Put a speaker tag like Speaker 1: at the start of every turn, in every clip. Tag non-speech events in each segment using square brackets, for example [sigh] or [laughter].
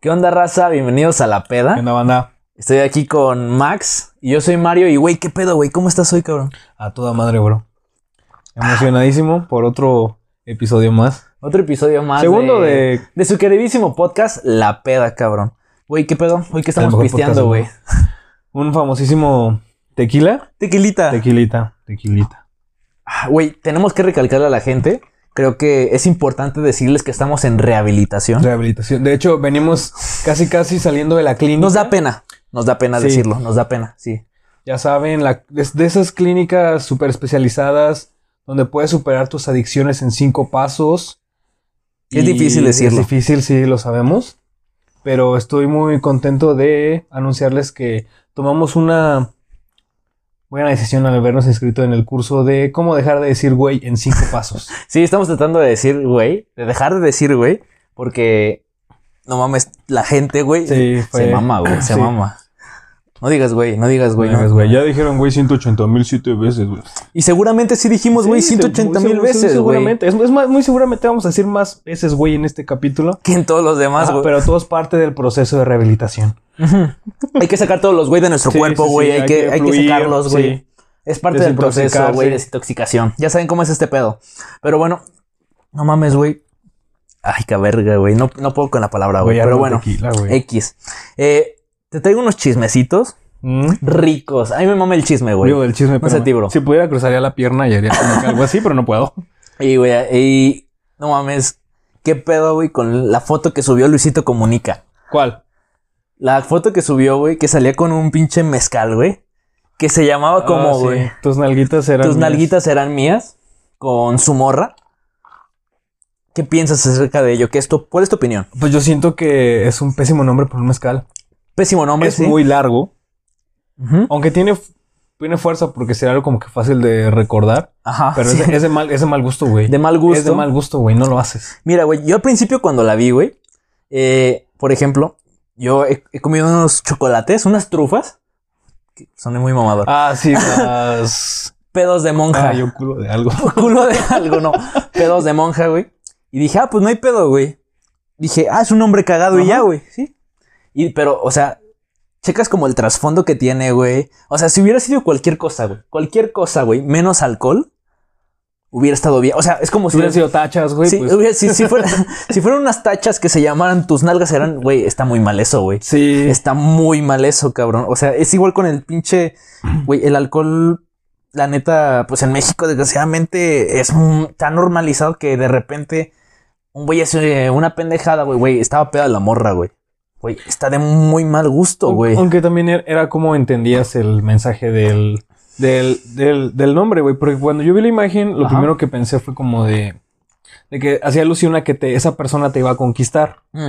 Speaker 1: ¿Qué onda, raza? Bienvenidos a La
Speaker 2: ¿Qué
Speaker 1: Peda.
Speaker 2: onda, banda?
Speaker 1: Estoy aquí con Max y yo soy Mario. Y, güey, ¿qué pedo, güey? ¿Cómo estás hoy, cabrón?
Speaker 2: A toda madre, bro. Emocionadísimo por otro episodio más.
Speaker 1: Otro episodio más.
Speaker 2: Segundo de...
Speaker 1: de su queridísimo podcast, La Peda, cabrón. Güey, ¿qué pedo? Hoy que estamos
Speaker 2: mejor
Speaker 1: pisteando,
Speaker 2: podcast,
Speaker 1: güey.
Speaker 2: un famosísimo tequila.
Speaker 1: Tequilita.
Speaker 2: Tequilita, tequilita.
Speaker 1: Ah, Güey, tenemos que recalcarle a la gente. Creo que es importante decirles que estamos en rehabilitación.
Speaker 2: Rehabilitación. De hecho, venimos casi casi saliendo de la clínica.
Speaker 1: Nos da pena. Nos da pena
Speaker 2: Sí.
Speaker 1: decirlo. Nos da pena, sí.
Speaker 2: Ya saben, la- es de esas clínicas súper especializadas donde puedes superar tus adicciones en cinco pasos.
Speaker 1: Es
Speaker 2: Y
Speaker 1: difícil decirlo.
Speaker 2: Es difícil, sí, lo sabemos. Pero estoy muy contento de anunciarles que tomamos una buena decisión al habernos inscrito en el curso de cómo dejar de decir güey en cinco [laughs] pasos.
Speaker 1: Sí, estamos tratando de decir, güey, de dejar de decir, güey, porque no mames, la gente, güey,
Speaker 2: Sí,
Speaker 1: se
Speaker 2: fue-
Speaker 1: mama, güey, se
Speaker 2: sí.
Speaker 1: mama. No digas, güey, no digas, güey. no.
Speaker 2: Vergas, pues, güey, Ya dijeron güey 180 mil siete veces, güey.
Speaker 1: Y seguramente sí dijimos, güey,
Speaker 2: Sí,
Speaker 1: 180
Speaker 2: seguro-
Speaker 1: mil
Speaker 2: seguro-
Speaker 1: veces, güey.
Speaker 2: Seguramente. Es, es más, muy seguramente vamos a decir más veces güey en este capítulo.
Speaker 1: Que en todos los demás,
Speaker 2: Ah,
Speaker 1: güey.
Speaker 2: pero todo es parte del proceso de rehabilitación.
Speaker 1: Ujú. hay que sacar todos los güey de nuestro
Speaker 2: Sí,
Speaker 1: cuerpo,
Speaker 2: sí, sí,
Speaker 1: güey. hay, que, hay que
Speaker 2: fluir,
Speaker 1: sacarlos, güey.
Speaker 2: sí.
Speaker 1: Es parte del proceso,
Speaker 2: Desintoxicarse.
Speaker 1: güey, desintoxicación. Ya saben cómo es este pedo. Pero bueno, no mames, güey. Ay, qué verga, güey. No, no puedo con la palabra, güey.
Speaker 2: arma
Speaker 1: Pero bueno,
Speaker 2: tequila, güey.
Speaker 1: X. Eh, te traigo unos chismecitos
Speaker 2: Mm.
Speaker 1: ricos. A mí me mama el chisme, güey.
Speaker 2: Digo del chisme,
Speaker 1: sé, Tibro.
Speaker 2: Si pudiera cruzaría la pierna y haría como que algo así, pero no puedo.
Speaker 1: Y, güey, y no mames, qué pedo, güey, con la foto que subió Luisito Comunica.
Speaker 2: ¿Cuál?
Speaker 1: La foto que subió, güey, que salía con un pinche mezcal, güey, que se llamaba como,
Speaker 2: Ah, sí.
Speaker 1: güey,
Speaker 2: Tus nalguitas eran.
Speaker 1: tus
Speaker 2: mías.
Speaker 1: nalguitas eran mías, con su morra. ¿Qué piensas acerca de ello? ¿Qué esto? ¿Cuál es tu opinión?
Speaker 2: Pues yo siento que es un pésimo nombre por un mezcal.
Speaker 1: Pésimo nombre,
Speaker 2: es
Speaker 1: sí.
Speaker 2: muy largo,
Speaker 1: Ujú.
Speaker 2: aunque tiene, tiene fuerza porque será algo como que fácil de recordar.
Speaker 1: Ajá.
Speaker 2: Pero
Speaker 1: Ah, sí.
Speaker 2: es, de, es de mal, es de mal gusto, güey.
Speaker 1: De mal
Speaker 2: Es de
Speaker 1: gusto.
Speaker 2: mal gusto, güey. No lo haces.
Speaker 1: Mira, güey, yo al principio cuando la vi, güey, eh, por ejemplo, yo he, he comido unos chocolates, unas trufas, que son de muy mamador.
Speaker 2: Ah, [laughs] sí. Las...
Speaker 1: Pedos de monja.
Speaker 2: Ah, yo culo de [laughs] algo.
Speaker 1: [laughs] culo de algo, no. Pedos de monja, güey. Y dije, ah, pues no hay pedo, güey. Dije, ah, es un hombre cagado y
Speaker 2: Ajá.
Speaker 1: ya, güey. Sí. Y, pero, o sea, checas como el trasfondo que tiene, güey. O sea, si hubiera sido cualquier cosa, güey. Cualquier cosa, güey, menos alcohol, hubiera estado bien. O sea, es como si
Speaker 2: Si hubieran sido tachas, güey.
Speaker 1: Sí,
Speaker 2: pues-
Speaker 1: hubiera- si, si
Speaker 2: [laughs]
Speaker 1: fuera- si fueran unas tachas que se llamaran tus nalgas, eran, güey, está muy mal eso, güey.
Speaker 2: sí.
Speaker 1: Está muy mal eso, cabrón. O sea, es igual con el pinche, güey, el alcohol, la neta, pues en México desgraciadamente es un- tan normalizado que de repente un güey hace una pendejada, güey, güey, estaba peda la morra, güey. Güey, está de muy mal gusto,
Speaker 2: Aun-
Speaker 1: güey.
Speaker 2: Aunque también er- era como entendías el mensaje del, del, del, del nombre, güey. Porque cuando yo vi la imagen, lo
Speaker 1: Ajá.
Speaker 2: primero que pensé fue como de, de que hacía alusión a que te, esa persona te iba a conquistar.
Speaker 1: Mm.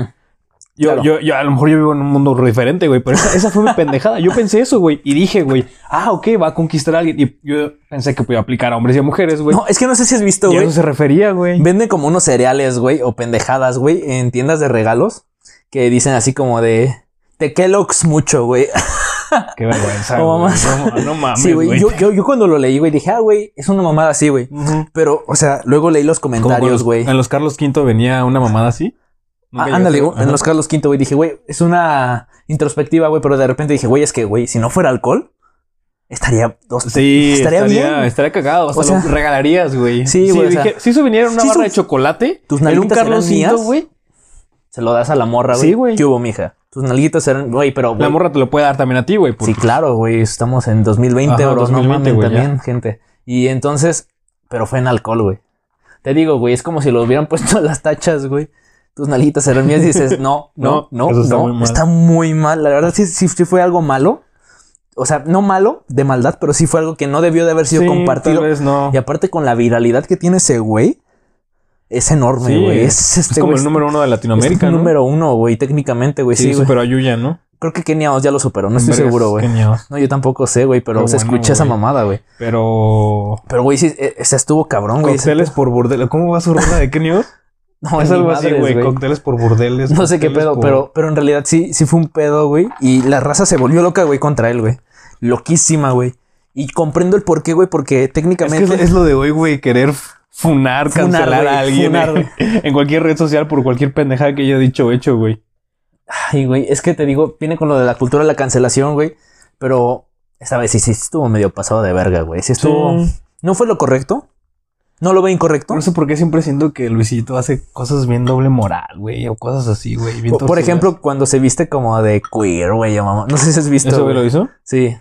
Speaker 2: Yo,
Speaker 1: Claro.
Speaker 2: yo, yo, a lo mejor yo vivo en un mundo diferente, güey, pero esa, esa
Speaker 1: [laughs]
Speaker 2: fue mi pendejada. Yo pensé eso, güey, y dije, güey, ah, ok, va a conquistar a alguien. Y yo pensé que podía aplicar a hombres y a mujeres, güey.
Speaker 1: No, es que no sé si has visto,
Speaker 2: y a
Speaker 1: güey.
Speaker 2: eso se refería, güey.
Speaker 1: Venden como unos cereales, güey, o pendejadas, güey, en tiendas de regalos que dicen así como de te Kellogg's mucho, güey. [laughs]
Speaker 2: Qué vergüenza.
Speaker 1: No
Speaker 2: güey.
Speaker 1: mames.
Speaker 2: No, no mames,
Speaker 1: Sí, güey. Yo, yo, yo cuando lo leí, güey, dije, ah, güey, es una mamada así, güey.
Speaker 2: Ujú.
Speaker 1: Pero, o sea, luego leí los
Speaker 2: Como cuando
Speaker 1: comentarios, güey.
Speaker 2: En los Carlos V venía una mamada así.
Speaker 1: Ah,
Speaker 2: Nunca
Speaker 1: ándale,
Speaker 2: llegaste-
Speaker 1: en
Speaker 2: Ajá.
Speaker 1: los Carlos V, güey, dije, güey, es una introspectiva, güey, pero de repente dije, güey, es que, güey, si no fuera alcohol, estaría dos.
Speaker 2: Sí,
Speaker 1: Estaría
Speaker 2: estaría,
Speaker 1: bien.
Speaker 2: estaría, cagado. Hasta
Speaker 1: O sea-
Speaker 2: lo regalarías, güey.
Speaker 1: Sí, güey, o
Speaker 2: Si,
Speaker 1: sea-
Speaker 2: dije- si eso viniera en una
Speaker 1: Sí,
Speaker 2: barra
Speaker 1: su-
Speaker 2: de chocolate,
Speaker 1: tus
Speaker 2: en un
Speaker 1: nalguitas eran
Speaker 2: Carlosito,
Speaker 1: mías.
Speaker 2: güey.
Speaker 1: Se lo das a la morra, güey.
Speaker 2: Sí, güey.
Speaker 1: ¿Qué hubo, mija? Tus nalguitas eran, güey, pero.
Speaker 2: La
Speaker 1: güey,
Speaker 2: morra te lo puede dar también a ti, güey. por-
Speaker 1: Sí, claro, güey. Estamos en 2020,
Speaker 2: Ajá,
Speaker 1: bro.
Speaker 2: 2020,
Speaker 1: no mames,
Speaker 2: güey, ya.
Speaker 1: también, gente. Y entonces, pero fue en alcohol, güey. Te digo, güey, es como si lo hubieran [laughs] puesto en las tachas, güey. Tus nalitas eran mías y dices, no, no, no,
Speaker 2: [laughs]
Speaker 1: no.
Speaker 2: No, eso está
Speaker 1: Está,
Speaker 2: muy
Speaker 1: muy
Speaker 2: mal.
Speaker 1: mal. La verdad, sí, sí, sí fue algo malo. O sea, no malo de maldad, pero sí fue algo que no debió de haber sido
Speaker 2: Sí,
Speaker 1: compartido.
Speaker 2: Tal vez no.
Speaker 1: Y aparte, con la viralidad que tiene ese güey, es enorme,
Speaker 2: Sí,
Speaker 1: güey. Es, este,
Speaker 2: es como
Speaker 1: güey,
Speaker 2: el número uno de
Speaker 1: es
Speaker 2: Latinoamérica, ¿no?
Speaker 1: número uno, güey, técnicamente, güey. Sí,
Speaker 2: sí,
Speaker 1: güey.
Speaker 2: superó a Yuya, ¿no?
Speaker 1: Creo que Kenia Oz ya lo superó, no estoy
Speaker 2: Vergas,
Speaker 1: seguro, güey.
Speaker 2: genio.
Speaker 1: No, yo tampoco sé, güey, pero
Speaker 2: Pero
Speaker 1: se
Speaker 2: bueno,
Speaker 1: escucha esa
Speaker 2: güey.
Speaker 1: mamada, güey.
Speaker 2: Pero.
Speaker 1: Pero, güey, sí, eh, se estuvo cabrón, güey. ese
Speaker 2: Cócteles por burdeles. ¿Cómo va su ronda de Kenny Oz?
Speaker 1: pedo. [laughs] No, [laughs]
Speaker 2: es
Speaker 1: ni
Speaker 2: algo así,
Speaker 1: madres,
Speaker 2: güey. Cócteles por burdeles.
Speaker 1: No sé qué
Speaker 2: cócteles
Speaker 1: pedo,
Speaker 2: por-
Speaker 1: pero, pero en realidad sí, sí fue un pedo, güey. Y la raza se volvió loca, güey, contra él, güey. Loquísima, güey. Y comprendo el por qué, güey, porque
Speaker 2: Es que
Speaker 1: técnicamente...
Speaker 2: es, es lo de hoy, güey, querer f- funar,
Speaker 1: Funar,
Speaker 2: cancelar
Speaker 1: güey,
Speaker 2: a alguien [laughs]
Speaker 1: funar,
Speaker 2: en, en cualquier red social por cualquier pendejada que haya dicho o hecho, güey.
Speaker 1: Ay, güey, es que te digo, viene con lo de la cultura de la cancelación, güey. Pero esta vez sí, sí estuvo medio pasado de verga, güey. Sí estuvo.
Speaker 2: Sí.
Speaker 1: No fue lo correcto. No lo veo incorrecto.
Speaker 2: No sé por qué siempre siento que Luisito hace cosas bien doble moral, güey, o cosas así, güey. bien
Speaker 1: Por- Por
Speaker 2: torcidas.
Speaker 1: ejemplo, cuando se viste como de queer, güey, o mamá. No sé si has visto.
Speaker 2: ¿Eso
Speaker 1: güey.
Speaker 2: güey lo hizo?
Speaker 1: Sí.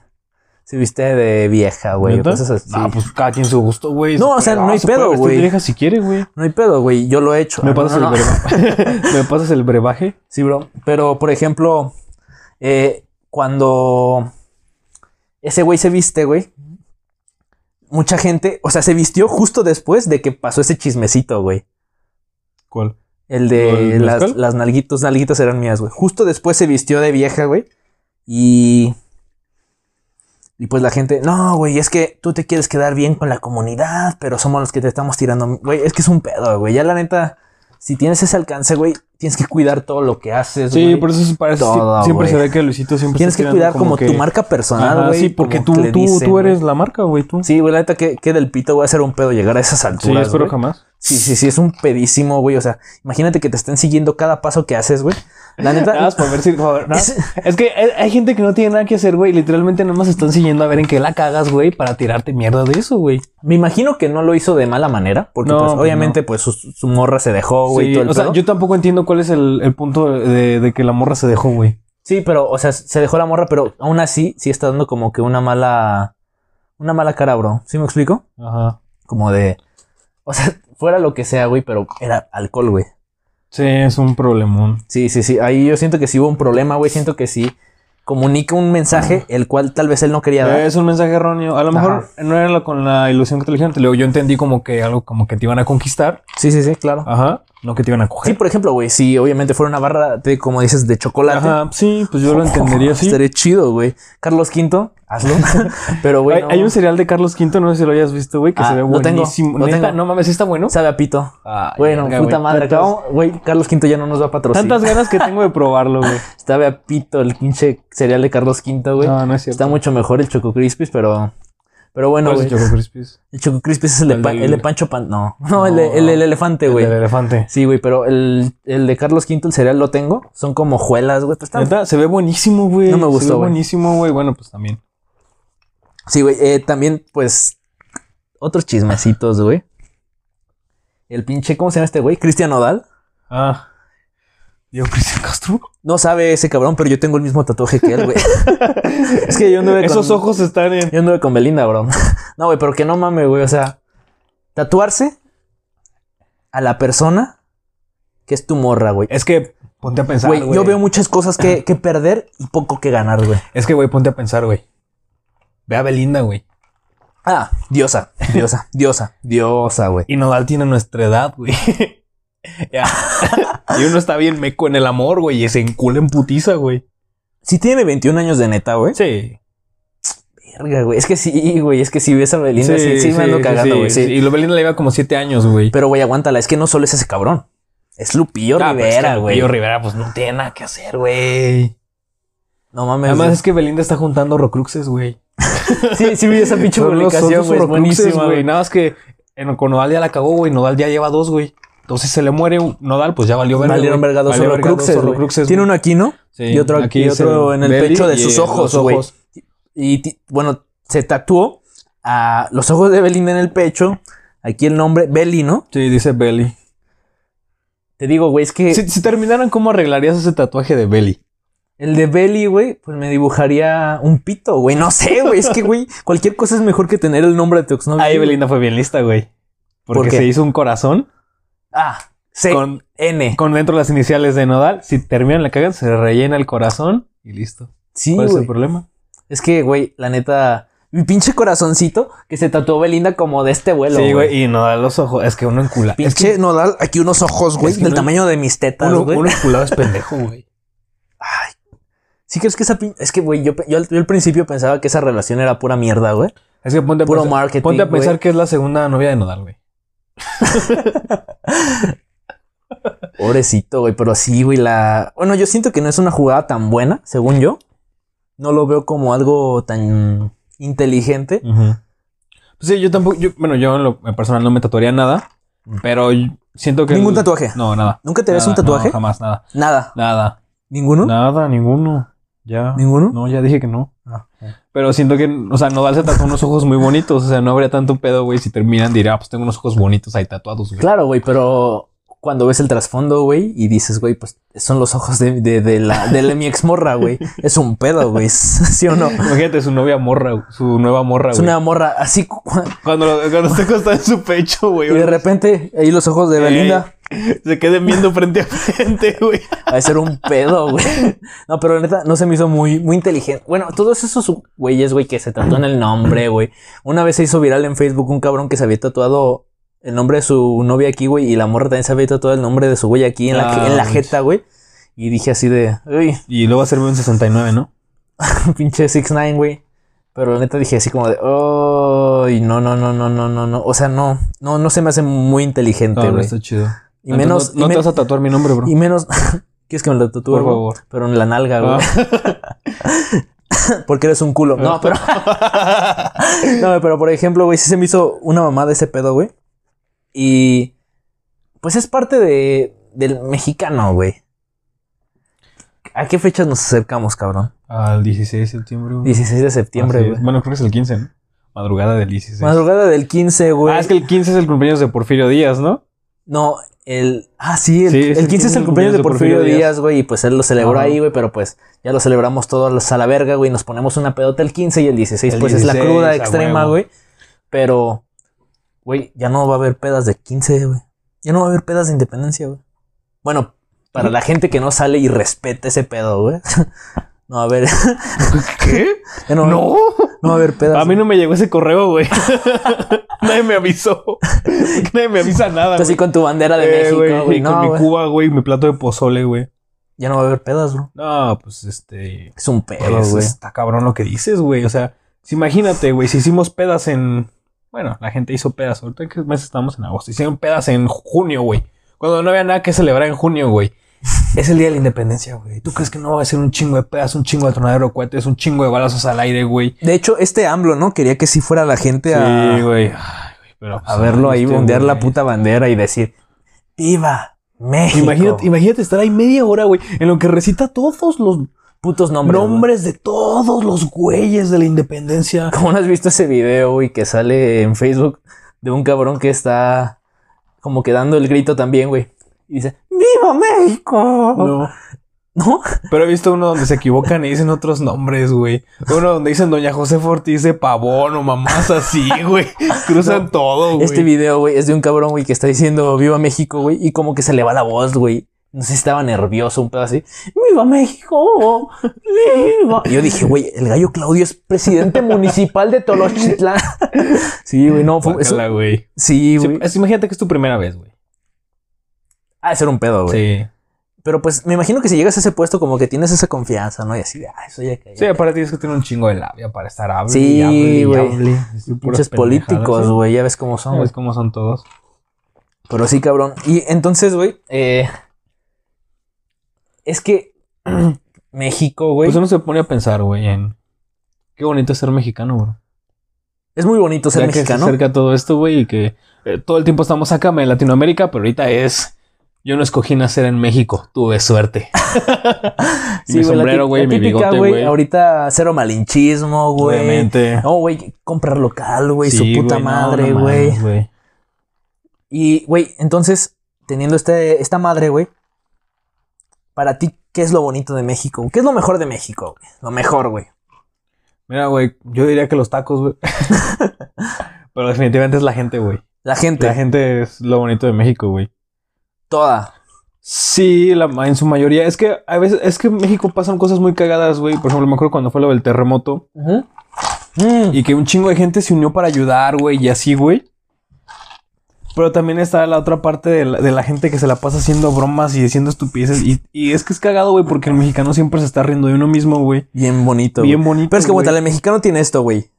Speaker 1: Se viste de vieja, güey. o
Speaker 2: ¿Neta?
Speaker 1: Cosas así.
Speaker 2: Ah, pues cada quien su gusto, güey.
Speaker 1: No,
Speaker 2: Se
Speaker 1: o sea,
Speaker 2: puede-
Speaker 1: no hay
Speaker 2: ah, se puede
Speaker 1: pedo,
Speaker 2: vestir de
Speaker 1: güey.
Speaker 2: vieja si quiere, güey.
Speaker 1: No hay pedo, güey. Yo lo he hecho.
Speaker 2: ¿Me
Speaker 1: No,
Speaker 2: pasas,
Speaker 1: no, no.
Speaker 2: el verba- [laughs] ¿Me pasas el brebaje?
Speaker 1: Sí, bro. Pero, por ejemplo, eh, cuando ese güey se viste, güey. Mucha gente, o sea, se vistió justo después de que pasó ese chismecito, güey.
Speaker 2: ¿Cuál?
Speaker 1: El
Speaker 2: ¿Lo
Speaker 1: de
Speaker 2: del
Speaker 1: las,
Speaker 2: mezcal?
Speaker 1: las nalguitos, nalguitas eran mías, güey. Justo después se vistió de vieja, güey. Y. Y pues la gente, no, güey, es que tú te quieres quedar bien con la comunidad, pero somos los que te estamos tirando. Güey, es que es un pedo, güey. Ya la neta, si tienes ese alcance, güey, tienes que cuidar todo lo que haces,
Speaker 2: Sí,
Speaker 1: güey.
Speaker 2: por eso se parece.
Speaker 1: Todo,
Speaker 2: siempre
Speaker 1: güey.
Speaker 2: se ve que Luisito siempre
Speaker 1: Tienes
Speaker 2: está
Speaker 1: que cuidar
Speaker 2: tirando
Speaker 1: como,
Speaker 2: que-
Speaker 1: tu marca personal,
Speaker 2: Ajá,
Speaker 1: güey.
Speaker 2: sí, porque
Speaker 1: como
Speaker 2: tú,
Speaker 1: que le
Speaker 2: tú,
Speaker 1: dicen,
Speaker 2: tú
Speaker 1: güey.
Speaker 2: eres la marca, güey, tú.
Speaker 1: Sí, güey, la neta, que, que del pito va a ser un pedo llegar a esas
Speaker 2: Sí,
Speaker 1: alturas.
Speaker 2: espero
Speaker 1: güey.
Speaker 2: jamás.
Speaker 1: Sí, sí, sí, es un pedísimo, güey. O sea, imagínate que te estén siguiendo cada paso que haces, güey. La neta.
Speaker 2: Nada más para ver si. para ver,
Speaker 1: [laughs]
Speaker 2: nada.
Speaker 1: Es-
Speaker 2: Es que hay, hay gente que no tiene nada que hacer, güey. Literalmente nada más están siguiendo a ver en qué la cagas, güey, para tirarte mierda de eso, güey.
Speaker 1: Me imagino que no lo hizo de mala manera, porque
Speaker 2: No,
Speaker 1: pues,
Speaker 2: pues,
Speaker 1: obviamente pues su, su morra se dejó, güey,
Speaker 2: Sí,
Speaker 1: todo el
Speaker 2: o sea,
Speaker 1: pedo.
Speaker 2: yo tampoco entiendo cuál es el, el punto de, de que la morra se dejó, güey.
Speaker 1: Sí, pero, o sea, se dejó la morra, pero aún así sí está dando como que una mala, una mala cara, bro. ¿Sí me explico?
Speaker 2: Ajá.
Speaker 1: Como de, o sea, [laughs] fuera lo que sea, güey, pero era alcohol, güey.
Speaker 2: Sí, es un problemón.
Speaker 1: Sí, sí, sí. Ahí yo siento que sí hubo un problema, güey. Siento que sí comunica un mensaje el cual tal vez él no quería dar.
Speaker 2: Es un mensaje erróneo. A lo
Speaker 1: Ajá.
Speaker 2: mejor no era lo- con la ilusión que te dijeron. Te digo, yo entendí como que algo como que te iban a conquistar.
Speaker 1: Sí, sí, sí, claro.
Speaker 2: Ajá. No que te iban a
Speaker 1: Sí,
Speaker 2: coger.
Speaker 1: por ejemplo, güey, si obviamente fuera una barra de, como dices, de chocolate.
Speaker 2: Ajá. Sí, pues
Speaker 1: [laughs]
Speaker 2: yo lo entendería así.
Speaker 1: Estaría chido, güey. Carlos V,
Speaker 2: [laughs]
Speaker 1: hazlo. Pero, güey,
Speaker 2: Hay,
Speaker 1: no.
Speaker 2: hay un cereal de Carlos V, no sé si lo hayas visto, güey, que
Speaker 1: Ah,
Speaker 2: se ve
Speaker 1: lo tengo,
Speaker 2: buenísimo.
Speaker 1: lo
Speaker 2: Neta,
Speaker 1: tengo.
Speaker 2: no mames, ¿sí está bueno.
Speaker 1: sabe a pito.
Speaker 2: Ay,
Speaker 1: Bueno,
Speaker 2: verga,
Speaker 1: puta
Speaker 2: güey.
Speaker 1: madre. pues,
Speaker 2: Tantas-
Speaker 1: acabamos- Güey, Carlos V ya no nos va a patrocinar.
Speaker 2: Tantas ganas que tengo de probarlo, güey.
Speaker 1: Sabe a pito el pinche cereal de Carlos V, [laughs] güey.
Speaker 2: No, no es cierto.
Speaker 1: Está mucho mejor el Choco Crispis, pero... Pero bueno,
Speaker 2: ¿Cuál es
Speaker 1: güey.
Speaker 2: el Choco Crispies?
Speaker 1: El Choco Crispis es el de,
Speaker 2: El
Speaker 1: pa-
Speaker 2: del-
Speaker 1: el de Pancho Pan... No, [laughs] no, el, de- el, el elefante,
Speaker 2: El
Speaker 1: güey.
Speaker 2: del elefante.
Speaker 1: Sí, güey, pero el, el de Carlos V, el cereal lo tengo. Son como hojuelas, güey. Pues están-
Speaker 2: Neta, se ve buenísimo, güey.
Speaker 1: No me
Speaker 2: Se
Speaker 1: gustó,
Speaker 2: ve
Speaker 1: güey.
Speaker 2: buenísimo, güey. Bueno, pues también.
Speaker 1: Sí, güey. eh, también, pues, otros chismecitos, güey. El pinche, ¿cómo se llama este güey? Cristian Odal.
Speaker 2: Ah. Diego Cristian Castro.
Speaker 1: No sabe ese cabrón, pero yo tengo el mismo tatuaje que [laughs] él, güey. es que yo anduve
Speaker 2: Esos
Speaker 1: con...
Speaker 2: ojos están en.
Speaker 1: Yo anduve con Belinda, bro. [laughs] No, güey, pero que no mames, güey. O sea, tatuarse a la persona que es tu morra, güey.
Speaker 2: Es que ponte a pensar,
Speaker 1: Güey,
Speaker 2: güey.
Speaker 1: yo veo muchas cosas que, que perder y poco que ganar, güey.
Speaker 2: Es que, güey, ponte a pensar, güey. Ve a Belinda, güey.
Speaker 1: Ah, diosa, diosa, diosa, diosa, güey.
Speaker 2: Y Nodal tiene nuestra edad, güey. [laughs] Ya. y uno está bien meco en el amor, güey. Y se encula en putiza, güey.
Speaker 1: Si tiene 21 años de neta, güey.
Speaker 2: Sí.
Speaker 1: Verga, güey. Es que sí, güey. Es que si ves a Belinda, sí, sí, me ando cagando, güey. sí.
Speaker 2: Y lo Belinda le lleva como siete años, güey.
Speaker 1: Pero, güey, aguántala. Es que no solo es ese cabrón. Es Lupillo
Speaker 2: Ah, pero es que
Speaker 1: Rivera, güey.
Speaker 2: Lupillo Rivera, pues no tiene nada que hacer, güey.
Speaker 1: no mames.
Speaker 2: Además, es que Belinda está juntando Rocruxes, güey.
Speaker 1: [laughs] sí, sí vi esa pinche
Speaker 2: Son los- son
Speaker 1: publicación,
Speaker 2: sus
Speaker 1: güey. es
Speaker 2: Horcruxes,
Speaker 1: Buenísima,
Speaker 2: güey.
Speaker 1: güey.
Speaker 2: Nada más que en, con Nodal ya la cagó, güey. Nodal ya lleva dos, güey. Entonces se le muere un- Nodal, pues ya valió verga.
Speaker 1: Valieron
Speaker 2: güey.
Speaker 1: verga dos
Speaker 2: Valió verga
Speaker 1: Horcruxes,
Speaker 2: dos
Speaker 1: güey.
Speaker 2: Horcruxes,
Speaker 1: Tiene
Speaker 2: güey.
Speaker 1: uno aquí, ¿no?
Speaker 2: Sí,
Speaker 1: y otro aquí, y
Speaker 2: es
Speaker 1: otro en el
Speaker 2: Belly
Speaker 1: pecho de
Speaker 2: y
Speaker 1: sus
Speaker 2: el-
Speaker 1: ojos,
Speaker 2: los
Speaker 1: güey. Y ti- bueno, se tatuó a los ojos de Belinda en el pecho. Aquí el nombre, Beli, ¿no?
Speaker 2: Sí, dice Belly.
Speaker 1: Te digo, güey, es que
Speaker 2: Si, si terminaran, ¿cómo arreglarías ese tatuaje de Belly?
Speaker 1: el de Belly, güey, pues me dibujaría un pito, güey. No sé, güey. Es que, güey, cualquier cosa es mejor que tener el nombre de tu exnovio.
Speaker 2: Ahí Belinda fue bien lista, güey. Porque
Speaker 1: ¿Por qué?
Speaker 2: se hizo un corazón
Speaker 1: Ah, C,
Speaker 2: con,
Speaker 1: N.
Speaker 2: con dentro las iniciales de Nodal. Si terminan la cagan, se rellena el corazón y listo.
Speaker 1: Sí,
Speaker 2: ¿Cuál es
Speaker 1: güey.
Speaker 2: el problema?
Speaker 1: Es que, güey, la neta, mi pinche corazoncito que se tatuó Belinda como de este vuelo.
Speaker 2: sí, güey. Y Nodal los ojos. Es que uno encula. Es
Speaker 1: Pinche
Speaker 2: que
Speaker 1: nodal, aquí unos ojos, güey,
Speaker 2: Es que
Speaker 1: del
Speaker 2: no-
Speaker 1: tamaño de mis tetas,
Speaker 2: uno,
Speaker 1: güey.
Speaker 2: uno enculado es pendejo, güey.
Speaker 1: Ay. Sí, crees que esa pin... Es que, güey, yo, pe- yo, al- yo al principio pensaba que esa relación era pura mierda, güey.
Speaker 2: Es que ponte a
Speaker 1: Puro
Speaker 2: pensar,
Speaker 1: marketing,
Speaker 2: ponte a
Speaker 1: güey.
Speaker 2: pensar que es la segunda novia de Nodal, güey.
Speaker 1: Pobrecito, güey, pero sí, güey, la... Bueno, yo siento que no es una jugada tan buena, según yo. No lo veo como algo tan inteligente.
Speaker 2: Pues sí, yo tampoco. yo- bueno, yo en lo en personal no me tatuaría nada, pero yo siento que.
Speaker 1: Ningún
Speaker 2: el-
Speaker 1: tatuaje.
Speaker 2: No, nada.
Speaker 1: ¿Nunca te ves
Speaker 2: Nada,
Speaker 1: un tatuaje?
Speaker 2: No, jamás, nada.
Speaker 1: Nada.
Speaker 2: Nada.
Speaker 1: ¿Ninguno?
Speaker 2: Nada, ninguno. Ya.
Speaker 1: ¿Ninguno?
Speaker 2: No, ya dije que no.
Speaker 1: Ah, ok.
Speaker 2: Pero siento que, o sea, Nodal se tatuó unos ojos muy bonitos. O sea, no habría tanto pedo, güey, si terminan de ir, ah, pues tengo unos ojos bonitos ahí tatuados, güey.
Speaker 1: Claro, güey, pero cuando ves el trasfondo, güey, y dices, güey, pues son los ojos de, de, de la, de la- mi exmorra, güey. Es un pedo, güey. [laughs] ¿Sí o no?
Speaker 2: Imagínate su novia morra, güey, su nueva morra,
Speaker 1: Es
Speaker 2: güey.
Speaker 1: una morra así. cu-
Speaker 2: Cuando, lo- cuando está acostada en su pecho, güey.
Speaker 1: Y de repente, ahí los ojos de Belinda.
Speaker 2: Ey, Se queden viendo frente a frente, güey.
Speaker 1: Va a ser un pedo, güey. No, pero la neta, no se me hizo muy, muy inteligente. Bueno, todos esos güeyes, güey, que se tatúan el nombre, güey. Una vez se hizo viral en Facebook un cabrón que se había tatuado el nombre de su novia aquí, güey, y la morra también se había tatuado el nombre de su güey aquí en la,
Speaker 2: Ah,
Speaker 1: en la
Speaker 2: manches.
Speaker 1: jeta, güey. Y dije así de, uy,
Speaker 2: Y luego hacerme un 69, ¿no?
Speaker 1: pinche 6ix9ine, güey. Pero la neta dije así como de, oh, no, no, no, no, no, no, no. O sea, no, no, no se me hace muy inteligente, güey.
Speaker 2: chido.
Speaker 1: y menos,
Speaker 2: Ah, No, no
Speaker 1: y,
Speaker 2: te
Speaker 1: men-
Speaker 2: vas a tatuar mi nombre, bro.
Speaker 1: y menos, [laughs] ¿quieres que me lo tatúe?
Speaker 2: Por
Speaker 1: güey?
Speaker 2: favor. Ah.
Speaker 1: Pero en la nalga, güey. [laughs] Porque eres un culo. No, pero. [laughs] no, pero por ejemplo, güey, sí se me hizo una mamada ese pedo, güey. Y. Pues es parte de, del mexicano, güey. ¿A qué fecha nos acercamos, cabrón?
Speaker 2: Ah, Al 16 de septiembre, güey.
Speaker 1: 16 de
Speaker 2: Así
Speaker 1: septiembre,
Speaker 2: es.
Speaker 1: güey.
Speaker 2: Bueno, creo que es el 15, ¿no? Madrugada del 16.
Speaker 1: Madrugada del 15, güey.
Speaker 2: Ah, es que el 15 es el cumpleaños de Porfirio
Speaker 1: [laughs]
Speaker 2: Díaz, ¿no?
Speaker 1: No, el. Ah, sí, el,
Speaker 2: Sí,
Speaker 1: el
Speaker 2: es el
Speaker 1: 15 es el cumpleaños de Porfirio, Díaz, güey, y pues él lo celebró
Speaker 2: Ajá.
Speaker 1: ahí, güey, pero pues ya lo celebramos todos a la verga, güey, nos ponemos una pedota el 15 y el 16,
Speaker 2: El
Speaker 1: pues es la
Speaker 2: 16,
Speaker 1: cruda
Speaker 2: a
Speaker 1: extrema,
Speaker 2: huevo.
Speaker 1: güey. Pero, güey, ya no va a haber pedas de 15, güey. Ya no va a haber pedas de independencia, güey. Bueno, para la gente que no sale y respeta ese pedo, güey. [laughs] No, va a ver.
Speaker 2: ¿Qué?
Speaker 1: [laughs] Ya no, va-
Speaker 2: No.
Speaker 1: no va a haber pedas.
Speaker 2: A mí no me llegó ese correo, güey. [laughs] Nadie me avisó. [laughs] Nadie me avisa nada.
Speaker 1: Tú así
Speaker 2: güey.
Speaker 1: con tu bandera de
Speaker 2: Eh,
Speaker 1: México, güey.
Speaker 2: y con
Speaker 1: No,
Speaker 2: mi
Speaker 1: güey.
Speaker 2: Cuba, güey, mi plato de pozole, güey.
Speaker 1: Ya no va a haber pedas, güey.
Speaker 2: No, pues este.
Speaker 1: Es un pedo,
Speaker 2: eso
Speaker 1: güey.
Speaker 2: está cabrón lo que dices, güey. O sea, si imagínate, güey, si hicimos pedas en. Bueno, la gente hizo pedas. Ahorita en qué mes estamos en agosto. Hicieron pedas en junio, güey. Cuando no había nada que celebrar en junio, güey. Es el día de la independencia, güey. ¿Tú crees que no va a ser un chingo de pedas, un chingo de tronadero de cohetes, un chingo de balazos al aire, güey?
Speaker 1: De hecho, este AMLO, ¿no? Quería que sí fuera la gente a,
Speaker 2: güey. Ay, güey, pero,
Speaker 1: a
Speaker 2: pues,
Speaker 1: verlo
Speaker 2: ay,
Speaker 1: ahí,
Speaker 2: este,
Speaker 1: bondear la
Speaker 2: güey.
Speaker 1: puta bandera y decir, ¡Viva México!
Speaker 2: Imagínate, imagínate estar ahí media hora, güey, en lo que recita todos los
Speaker 1: putos nombres. güey.
Speaker 2: nombres de todos los güeyes de la independencia.
Speaker 1: ¿Cómo no has visto ese video, güey, que sale en Facebook de un cabrón que está como que dando el grito también, güey? Y dice, "Oh, ¡Viva México! ¿No?
Speaker 2: No. Pero he visto uno donde se equivocan y dicen otros nombres, güey. Uno donde dicen Doña José Ortiz de pavón o mamás así, güey. Cruzan
Speaker 1: No.
Speaker 2: todo, [laughs] güey.
Speaker 1: Este video, güey, es de un cabrón, güey, que está diciendo ¡Viva México, güey! Y como que se le va la voz, güey. No sé si estaba nervioso, un pedo así. ¡Viva México! ¡Viva! Y yo dije, güey, el gallo Claudio es presidente municipal de
Speaker 2: [laughs]
Speaker 1: Tolochitlán. sí, güey, no. Fue, eso-
Speaker 2: Guácala, güey.
Speaker 1: sí,
Speaker 2: Sí,
Speaker 1: güey.
Speaker 2: es- imagínate que es tu primera vez, güey.
Speaker 1: Ha de ser un pedo, güey.
Speaker 2: Sí.
Speaker 1: Pero pues me imagino que si llegas a ese puesto, como que tienes esa confianza, ¿no? Y así, de, ah, soy acá.
Speaker 2: Sí, aparte tienes que tener un chingo de labia para estar hablando.
Speaker 1: Sí,
Speaker 2: y hable y
Speaker 1: güey.
Speaker 2: hable. Sí, puras
Speaker 1: Pinches
Speaker 2: pendejadas,
Speaker 1: políticos,
Speaker 2: sí.
Speaker 1: güey, ya ves cómo son, güey.
Speaker 2: ¿Sabes cómo son todos?
Speaker 1: Pero sí, cabrón. Y entonces, güey, eh, es que [clears throat] México, güey,
Speaker 2: Pues uno se pone a pensar, güey, en qué bonito es ser mexicano, bro.
Speaker 1: es muy bonito ser
Speaker 2: Ya
Speaker 1: mexicano.
Speaker 2: Que se acerca todo esto, güey, y que eh, todo el tiempo estamos acá en Latinoamérica, pero ahorita es. Yo no escogí nacer en México, tuve
Speaker 1: [laughs]
Speaker 2: suerte. y mi
Speaker 1: la
Speaker 2: sombrero,
Speaker 1: tí-
Speaker 2: güey,
Speaker 1: la
Speaker 2: mi
Speaker 1: típica,
Speaker 2: bigote, güey.
Speaker 1: Ahorita cero malinchismo, güey.
Speaker 2: Obviamente.
Speaker 1: No, güey, comprar local, güey,
Speaker 2: Sí,
Speaker 1: su puta
Speaker 2: güey, no,
Speaker 1: madre,
Speaker 2: no
Speaker 1: güey.
Speaker 2: mames,
Speaker 1: y, güey, entonces, teniendo este, esta madre, güey, para ti, ¿qué es lo bonito de México? ¿Qué es lo mejor de México? güey? Lo mejor, güey.
Speaker 2: Mira, güey, yo diría que los
Speaker 1: [laughs]
Speaker 2: tacos, güey. pero definitivamente es la gente, güey.
Speaker 1: La gente,
Speaker 2: La gente es lo bonito de México, güey.
Speaker 1: toda.
Speaker 2: Sí, la, ma- en su mayoría. Es que a veces, es que en México pasan cosas muy cagadas, güey. Por ejemplo, me acuerdo cuando fue lo del terremoto.
Speaker 1: Ujú. Mm,
Speaker 2: Y que un chingo de gente se unió para ayudar, güey, y así, güey. Pero también está la otra parte de la, de la gente que se la pasa haciendo bromas y diciendo estupideces. Y, y es que es cagado, güey, porque el mexicano siempre se está riendo de uno mismo, güey.
Speaker 1: Bien bonito. güey.
Speaker 2: Bien bonito.
Speaker 1: Pero es que,
Speaker 2: güey.
Speaker 1: aguanta, el mexicano tiene esto, güey.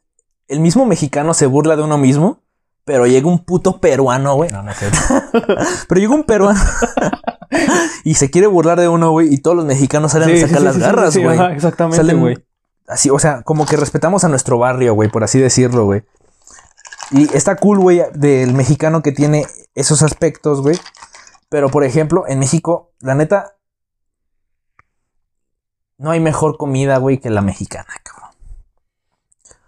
Speaker 1: El mismo mexicano se burla de uno mismo, pero llega un puto peruano, güey. [laughs]
Speaker 2: No, no sé.
Speaker 1: Pero llega un
Speaker 2: [laughs]
Speaker 1: peruano y se quiere burlar de uno, güey, y todos los mexicanos salen
Speaker 2: Sí,
Speaker 1: a sacar
Speaker 2: sí,
Speaker 1: las
Speaker 2: sí, sí,
Speaker 1: garras,
Speaker 2: sí,
Speaker 1: güey.
Speaker 2: ajá, exactamente,
Speaker 1: Salen-
Speaker 2: güey.
Speaker 1: Así, o sea, como que respetamos a nuestro barrio, güey, por así decirlo, güey. Y está cool, güey, del mexicano que tiene esos aspectos, güey. Pero, por ejemplo, en México, la neta, No hay mejor comida, güey, que la mexicana, cabrón.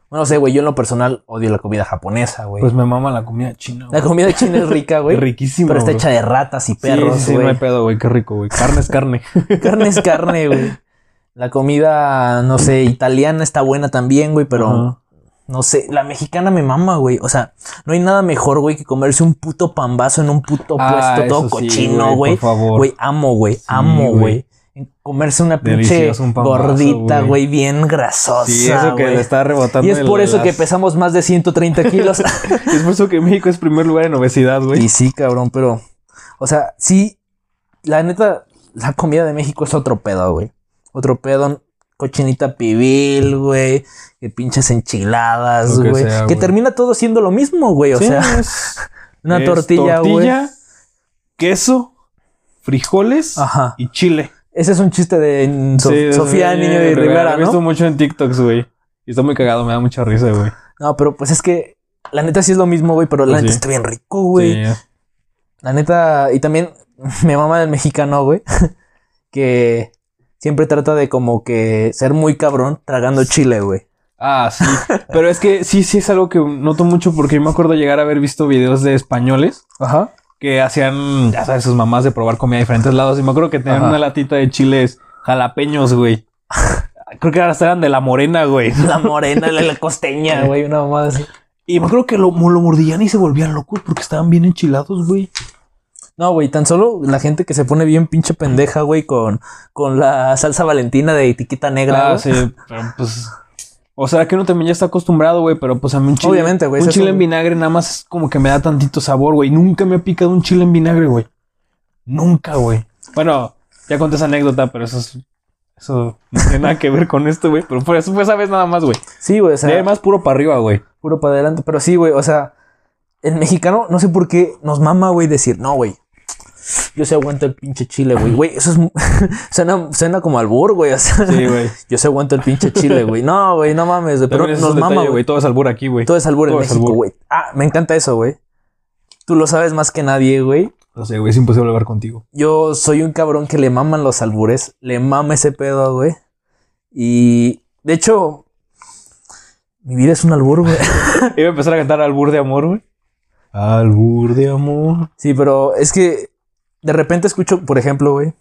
Speaker 1: Bueno, no sé, güey, yo en lo personal odio la comida japonesa, güey.
Speaker 2: Pues me mama la comida china,
Speaker 1: la
Speaker 2: güey.
Speaker 1: comida china es rica, güey.
Speaker 2: Riquísima,
Speaker 1: Pero está
Speaker 2: bro.
Speaker 1: hecha de ratas y
Speaker 2: Sí,
Speaker 1: perros,
Speaker 2: sí, sí,
Speaker 1: [laughs]
Speaker 2: no
Speaker 1: güey.
Speaker 2: hay pedo, güey. Qué rico, güey. Carne es carne.
Speaker 1: carne es carne, güey. La comida, no sé, italiana está buena también, güey, pero
Speaker 2: Ajá.
Speaker 1: no sé, la mexicana me mama, güey. O sea, no hay nada mejor, güey, que comerse un puto pambazo en un puto
Speaker 2: Ah,
Speaker 1: puesto todo
Speaker 2: eso sí,
Speaker 1: cochino, güey.
Speaker 2: Por favor.
Speaker 1: Güey, amo, güey, amo,
Speaker 2: güey.
Speaker 1: güey. Comerse una pinche
Speaker 2: Delicioso, un pambazo,
Speaker 1: gordita,
Speaker 2: güey.
Speaker 1: güey, bien grasosa.
Speaker 2: sí, eso que
Speaker 1: güey.
Speaker 2: le está rebotando.
Speaker 1: Y es
Speaker 2: el-
Speaker 1: por eso
Speaker 2: las-
Speaker 1: que pesamos más de 130 kilos.
Speaker 2: [laughs] Es por eso que México es primer lugar en obesidad, güey.
Speaker 1: Y sí, cabrón, pero. O sea, sí. La neta, la comida de México es otro pedo, güey. Otro pedo. Cochinita pibil, güey. Que pinches enchiladas,
Speaker 2: Lo que
Speaker 1: güey.
Speaker 2: sea,
Speaker 1: Que
Speaker 2: güey.
Speaker 1: termina todo siendo lo mismo, güey. O
Speaker 2: Sí,
Speaker 1: sea,
Speaker 2: es-
Speaker 1: [laughs] una
Speaker 2: es
Speaker 1: tortilla, güey.
Speaker 2: tortilla, queso, frijoles
Speaker 1: Ajá.
Speaker 2: y chile.
Speaker 1: Ese es un chiste de
Speaker 2: Sí,
Speaker 1: Sofía
Speaker 2: de Sofía
Speaker 1: Niño y Rivera,
Speaker 2: Lo he visto
Speaker 1: ¿no?
Speaker 2: mucho en TikToks, güey. Y está muy cagado, me da mucha risa, güey.
Speaker 1: No, pero pues es que. La neta sí es lo mismo, güey, pero la
Speaker 2: Pues
Speaker 1: neta
Speaker 2: sí.
Speaker 1: está bien rico, güey.
Speaker 2: Sí.
Speaker 1: La neta, y también [laughs] me mama del mexicano, güey, [laughs] que siempre trata de como que ser muy cabrón tragando chile, güey.
Speaker 2: Ah, sí. Pero es que sí, sí es algo que noto mucho porque yo me acuerdo llegar a haber visto videos de españoles
Speaker 1: Ajá.
Speaker 2: que hacían, ya sabes, sus mamás de probar comida de diferentes lados. Y me acuerdo que tenían
Speaker 1: Ajá.
Speaker 2: una latita de chiles jalapeños, güey. [laughs] Creo que hasta eran de la morena, güey.
Speaker 1: [laughs] La morena, la, la costeña, [laughs] güey, una mamada así.
Speaker 2: Y me acuerdo que lo, lo mordían y se volvían locos porque estaban bien enchilados, güey.
Speaker 1: No, güey, tan solo la gente que se pone bien pinche pendeja, güey, con, con la salsa valentina de etiqueta negra.
Speaker 2: Ah,
Speaker 1: güey.
Speaker 2: sí, pero pues. O sea, que uno también ya está acostumbrado, güey, pero pues a mí un chile.
Speaker 1: Obviamente, güey,
Speaker 2: Un
Speaker 1: ese es
Speaker 2: chile en
Speaker 1: un-
Speaker 2: vinagre nada más es como que me da tantito sabor, güey. Nunca me ha picado un chile en vinagre, güey. Nunca, güey. Bueno, ya conté esa anécdota, pero eso es. Eso no tiene nada que ver con esto, güey. Pero fue, eso fue esa vez nada más, güey.
Speaker 1: [laughs] Sí, güey, o
Speaker 2: De
Speaker 1: sea,
Speaker 2: además, puro para arriba, güey.
Speaker 1: puro para adelante. Pero sí, güey, o sea, el mexicano, no sé por qué nos mama, güey, decir, no, güey. Yo se aguanto el pinche chile, güey. Güey, eso es. mu- [laughs] suena, suena como albur, güey. O sea,
Speaker 2: Sí, güey.
Speaker 1: Yo se aguanto el pinche chile, güey. No, güey, no mames, güey. [laughs] Pero
Speaker 2: También ese es
Speaker 1: nos
Speaker 2: el detalle,
Speaker 1: mama, güey.
Speaker 2: Todo es albur aquí, güey.
Speaker 1: Todo es albur en
Speaker 2: Todo es
Speaker 1: México,
Speaker 2: albur.
Speaker 1: güey. Ah, me encanta eso, güey. Tú lo sabes más que nadie, güey.
Speaker 2: No sé, güey. Es imposible hablar contigo.
Speaker 1: Yo soy un cabrón que le maman los albures. Le mama ese pedo, güey. Y de hecho, mi vida es un albur, güey. [laughs]
Speaker 2: Iba a empezar a cantar albur de amor, güey. Albur de amor.
Speaker 1: Sí, pero es que de repente escucho, por ejemplo, güey,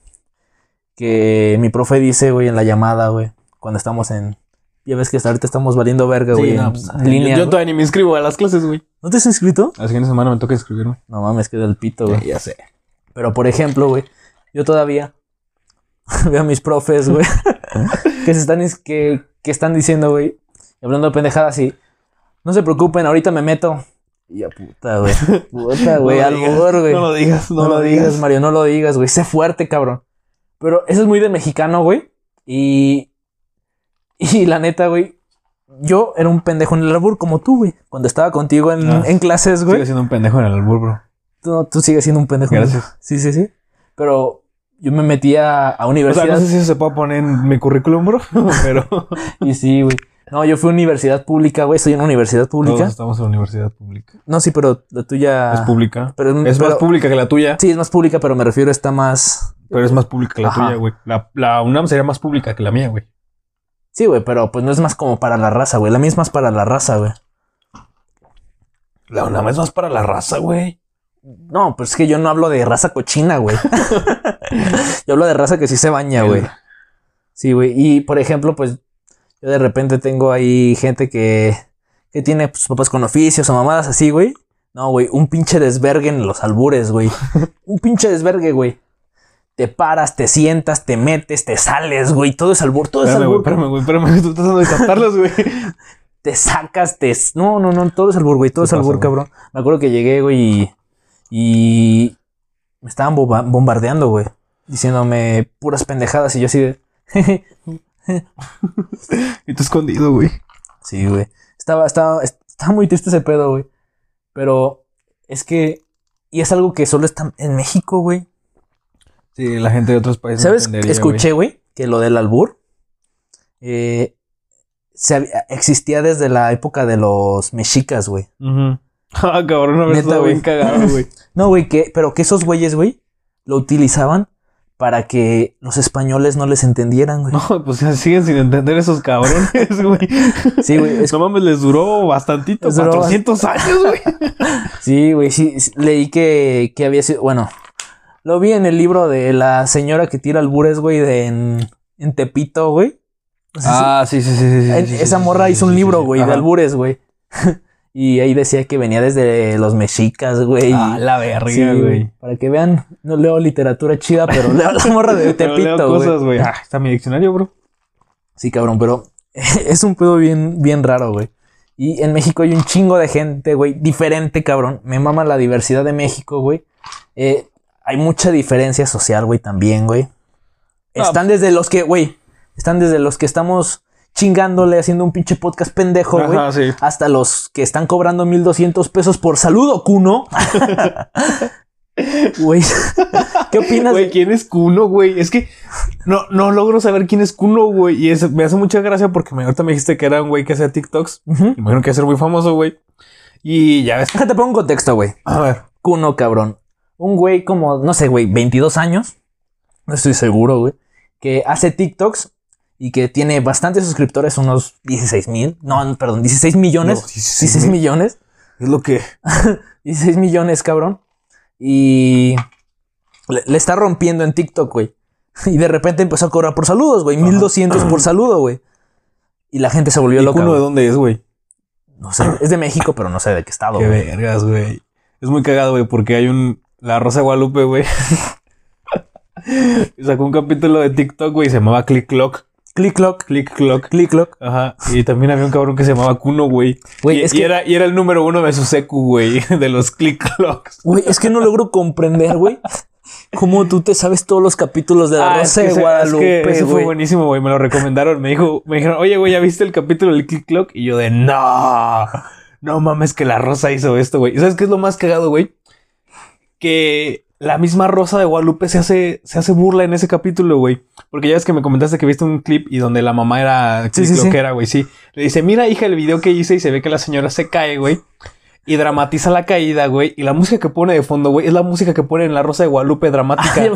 Speaker 1: que mi profe dice, güey, en la llamada, güey, cuando estamos en. Ya ves que hasta ahorita estamos valiendo verga, güey. en línea.
Speaker 2: yo,
Speaker 1: güey.
Speaker 2: pues, todavía ni me inscribo a las clases, güey.
Speaker 1: ¿No te has inscrito?
Speaker 2: La siguiente semana me toca inscribirme.
Speaker 1: No mames, que del pito, güey.
Speaker 2: ya sé.
Speaker 1: Pero por ejemplo, güey, yo todavía [laughs] veo a mis profes, güey, [laughs] que se están is- que, que están diciendo, güey, y hablando de pendejadas y no se preocupen, ahorita me meto. Y ya puta,
Speaker 2: [laughs]
Speaker 1: güey. Puta, Ah, güey,
Speaker 2: lo
Speaker 1: al
Speaker 2: digas,
Speaker 1: albur, güey.
Speaker 2: No lo digas, no, lo digas.
Speaker 1: Mario, no lo digas, güey. Sé fuerte, cabrón. Pero eso es muy de mexicano, güey. Y [laughs] y la neta, güey, yo era un pendejo en el albur como tú, güey, cuando estaba contigo en,
Speaker 2: Ah,
Speaker 1: en clases, güey.
Speaker 2: Sigue siendo un pendejo en el albur, bro.
Speaker 1: Tú, no, tú sigues siendo un pendejo.
Speaker 2: Gracias.
Speaker 1: Sí, sí, sí. Pero yo me metí a, a
Speaker 2: O sea,
Speaker 1: universidad.
Speaker 2: no sé si eso se puede poner en mi currículum, bro, [laughs] pero
Speaker 1: Y sí, güey. No, yo fui a universidad pública, güey. Estoy en una universidad
Speaker 2: todos
Speaker 1: pública.
Speaker 2: estamos en la universidad pública.
Speaker 1: No, sí, pero la tuya.
Speaker 2: Es pública.
Speaker 1: Pero,
Speaker 2: Es
Speaker 1: pero-
Speaker 2: más pública que la tuya,
Speaker 1: Sí, es más pública, pero me refiero está más.
Speaker 2: pero es más pública que la
Speaker 1: Ajá.
Speaker 2: tuya, güey. La, la UNAM sería más pública que la mía, güey.
Speaker 1: Sí, güey, pero pues no es más como para la raza, güey. La misma es para la raza, güey.
Speaker 2: La UNAM es más para la raza, güey.
Speaker 1: No, pues es que yo no hablo de raza cochina,
Speaker 2: [laughs]
Speaker 1: güey. yo hablo de raza que sí se baña, güey. Sí, güey. Y por ejemplo, pues yo de repente tengo ahí gente que, que tiene pues, papás con oficios o mamadas así, güey. No, güey, un pinche desvergue en los albures,
Speaker 2: [laughs]
Speaker 1: güey. un pinche desvergue, güey. Te paras, te sientas, te metes, te sales, güey. Todo es albur, todo es
Speaker 2: Espérame, güey,
Speaker 1: albur.
Speaker 2: espérame, güey, espérame. [laughs] Tú estás tratando de captarlas, güey.
Speaker 1: Te sacas, te... No, no, no, todo es albur, güey. Todo
Speaker 2: Sí
Speaker 1: es albur,
Speaker 2: pasa,
Speaker 1: cabrón. Me acuerdo que llegué, güey, y... y me estaban bomba- bombardeando, güey. Diciéndome puras pendejadas y yo así de...
Speaker 2: [laughs]
Speaker 1: [laughs]
Speaker 2: Y tú escondido, güey.
Speaker 1: Sí, güey. Estaba, estaba, estaba muy triste ese pedo, güey. Pero es que. Y es algo que solo está en México, güey.
Speaker 2: Sí, la gente de otros países. no
Speaker 1: ¿Sabes?
Speaker 2: entendería, güey.
Speaker 1: Escuché, güey, que lo del albur eh, se hab- existía desde la época de los mexicas, güey.
Speaker 2: Ujú. Ah, cabrón, no
Speaker 1: Neta,
Speaker 2: estado
Speaker 1: güey. [laughs]
Speaker 2: bien cagado, güey.
Speaker 1: No, güey, que, pero que esos güeyes, güey, lo utilizaban para que los españoles no les entendieran, güey.
Speaker 2: No, pues siguen sin entender
Speaker 1: [laughs]
Speaker 2: esos cabrones, güey.
Speaker 1: Sí, güey. es-
Speaker 2: No mames, les duró bastantito,
Speaker 1: Les duró
Speaker 2: 400 años,
Speaker 1: [laughs]
Speaker 2: güey.
Speaker 1: sí, güey. Sí, sí, leí que, que había sido. Bueno, lo vi en el libro de la señora que tira albures, güey, de en, en Tepito, güey. No sé si-
Speaker 2: sí, sí, Ah, sí. sí,
Speaker 1: En-
Speaker 2: sí, sí,
Speaker 1: esa
Speaker 2: sí,
Speaker 1: morra
Speaker 2: sí,
Speaker 1: hizo
Speaker 2: sí,
Speaker 1: un
Speaker 2: sí,
Speaker 1: libro,
Speaker 2: sí.
Speaker 1: güey, de
Speaker 2: Ajá.
Speaker 1: albures, güey. [laughs] y ahí decía que venía desde los mexicas, güey.
Speaker 2: Ah, la
Speaker 1: Sí,
Speaker 2: verga, güey.
Speaker 1: Para que vean, no leo literatura chida, pero leo la
Speaker 2: [laughs]
Speaker 1: morra de
Speaker 2: Pero leo
Speaker 1: Tepito, güey.
Speaker 2: cosas, güey. Ah, está mi diccionario, bro.
Speaker 1: Sí, cabrón, pero [laughs] es un pedo bien, bien raro, güey. Y en México hay un chingo de gente, güey, diferente, cabrón. Me mama la diversidad de México, güey. Eh, hay mucha diferencia social, güey, también, güey.
Speaker 2: Ah,
Speaker 1: Están desde los que, güey, están desde los que estamos chingándole, haciendo un pinche podcast pendejo, güey.
Speaker 2: Ajá, sí.
Speaker 1: Hasta los que están cobrando 1200 pesos por saludo,
Speaker 2: [laughs]
Speaker 1: cuno. [laughs] Güey, [laughs] ¿qué opinas?
Speaker 2: Güey, ¿quién es Kuno, güey? Es que no, no logro saber quién es Kuno, güey. Y es- me hace mucha gracia porque me, ahorita me dijiste que era un güey que hacía TikToks.
Speaker 1: Ujú.
Speaker 2: Imagino que va a ser muy famoso, güey. Y ya ves.
Speaker 1: Déjate pongo un contexto, güey.
Speaker 2: A ver.
Speaker 1: Cuno, cabrón. Un güey como, no sé, güey, 22 años. No estoy seguro, güey. Que hace TikToks y que tiene bastantes suscriptores, unos 16 mil. No, perdón, 16 millones.
Speaker 2: No, 16
Speaker 1: 16,
Speaker 2: mil.
Speaker 1: millones.
Speaker 2: Es lo que.
Speaker 1: 16 millones, cabrón. Y le, le está rompiendo en TikTok, güey. [laughs] Y de repente empezó a cobrar por saludos, güey. 1200 por saludo, güey. Y la gente se volvió
Speaker 2: ¿Y
Speaker 1: loca.
Speaker 2: Kuno de
Speaker 1: güey.
Speaker 2: dónde es, güey?
Speaker 1: No sé, es de México, pero no sé de qué estado.
Speaker 2: Qué
Speaker 1: güey.
Speaker 2: vergas, güey. Es muy cagado, güey, porque hay un. La Rosa de Guadalupe, güey. [laughs] Sacó un capítulo de TikTok, güey, y se llamaba Click Clock.
Speaker 1: Click clock,
Speaker 2: Click Clock.
Speaker 1: click clock.
Speaker 2: Ajá. Y también había un cabrón que se llamaba Kuno, güey.
Speaker 1: Güey,
Speaker 2: y,
Speaker 1: es
Speaker 2: y
Speaker 1: que-
Speaker 2: era, y era el número uno de su secu, güey, [laughs] de los Click Clocks.
Speaker 1: Güey, es que no logro comprender, güey. Cómo tú te sabes todos los capítulos de la
Speaker 2: Ah,
Speaker 1: Rosa
Speaker 2: es que
Speaker 1: de
Speaker 2: ese-
Speaker 1: Guadalupe,
Speaker 2: es que ese fue
Speaker 1: güey.
Speaker 2: buenísimo, güey. Me lo recomendaron. Me dijo, me dijeron, oye, güey, ¿ya viste el capítulo del Click Clock? Y yo de no, no mames que la Rosa hizo esto, güey. ¿Y sabes qué es lo más cagado, güey? Que la misma Rosa de Guadalupe se hace, se hace burla en ese capítulo, güey. Porque ya ves que me comentaste que viste un clip y donde la mamá era
Speaker 1: Sí,
Speaker 2: click
Speaker 1: sí, sí.
Speaker 2: clockera, güey. Sí. Le dice, mira, hija, el video que hice y se ve que la señora se cae, güey. Y dramatiza la caída, güey. Y la música que pone de fondo, güey, es la música que pone en la Rosa de Guadalupe
Speaker 1: [laughs]
Speaker 2: dramática.
Speaker 1: Ay,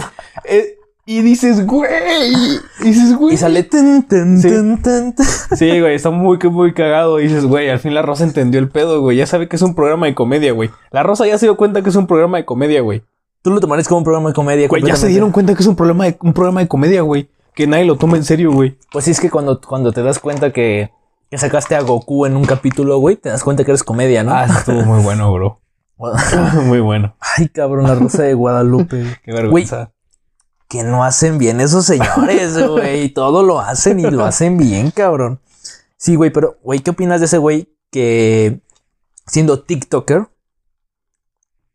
Speaker 2: Eh, y dices, güey. Dices, güey.
Speaker 1: Y sale ten, ten,
Speaker 2: Sí.
Speaker 1: ten, ten, ten.
Speaker 2: Sí, güey, está muy, que muy cagado. Y dices, güey, al fin la Rosa entendió el pedo, güey. Ya sabe que es un programa de comedia, güey. La Rosa ya se dio cuenta que es un programa de comedia, güey.
Speaker 1: Tú lo tomarías como un programa de comedia.
Speaker 2: Güey, ya se
Speaker 1: completamente.
Speaker 2: dieron cuenta que es un programa de, un programa de comedia, güey. Que nadie lo toma en serio, güey.
Speaker 1: Pues sí, es que cuando, cuando te das cuenta que, que sacaste a Goku en un capítulo, güey, te das cuenta que eres comedia, ¿no?
Speaker 2: Ah, eso estuvo muy bueno, bro. [laughs] muy bueno.
Speaker 1: [laughs] Ay, cabrón, la Rosa de Guadalupe. güey.
Speaker 2: Qué vergüenza.
Speaker 1: que no hacen bien esos
Speaker 2: [laughs]
Speaker 1: señores, güey. Todo lo hacen y lo hacen bien, cabrón. Sí, güey, pero, güey, ¿qué opinas de ese güey que siendo TikToker,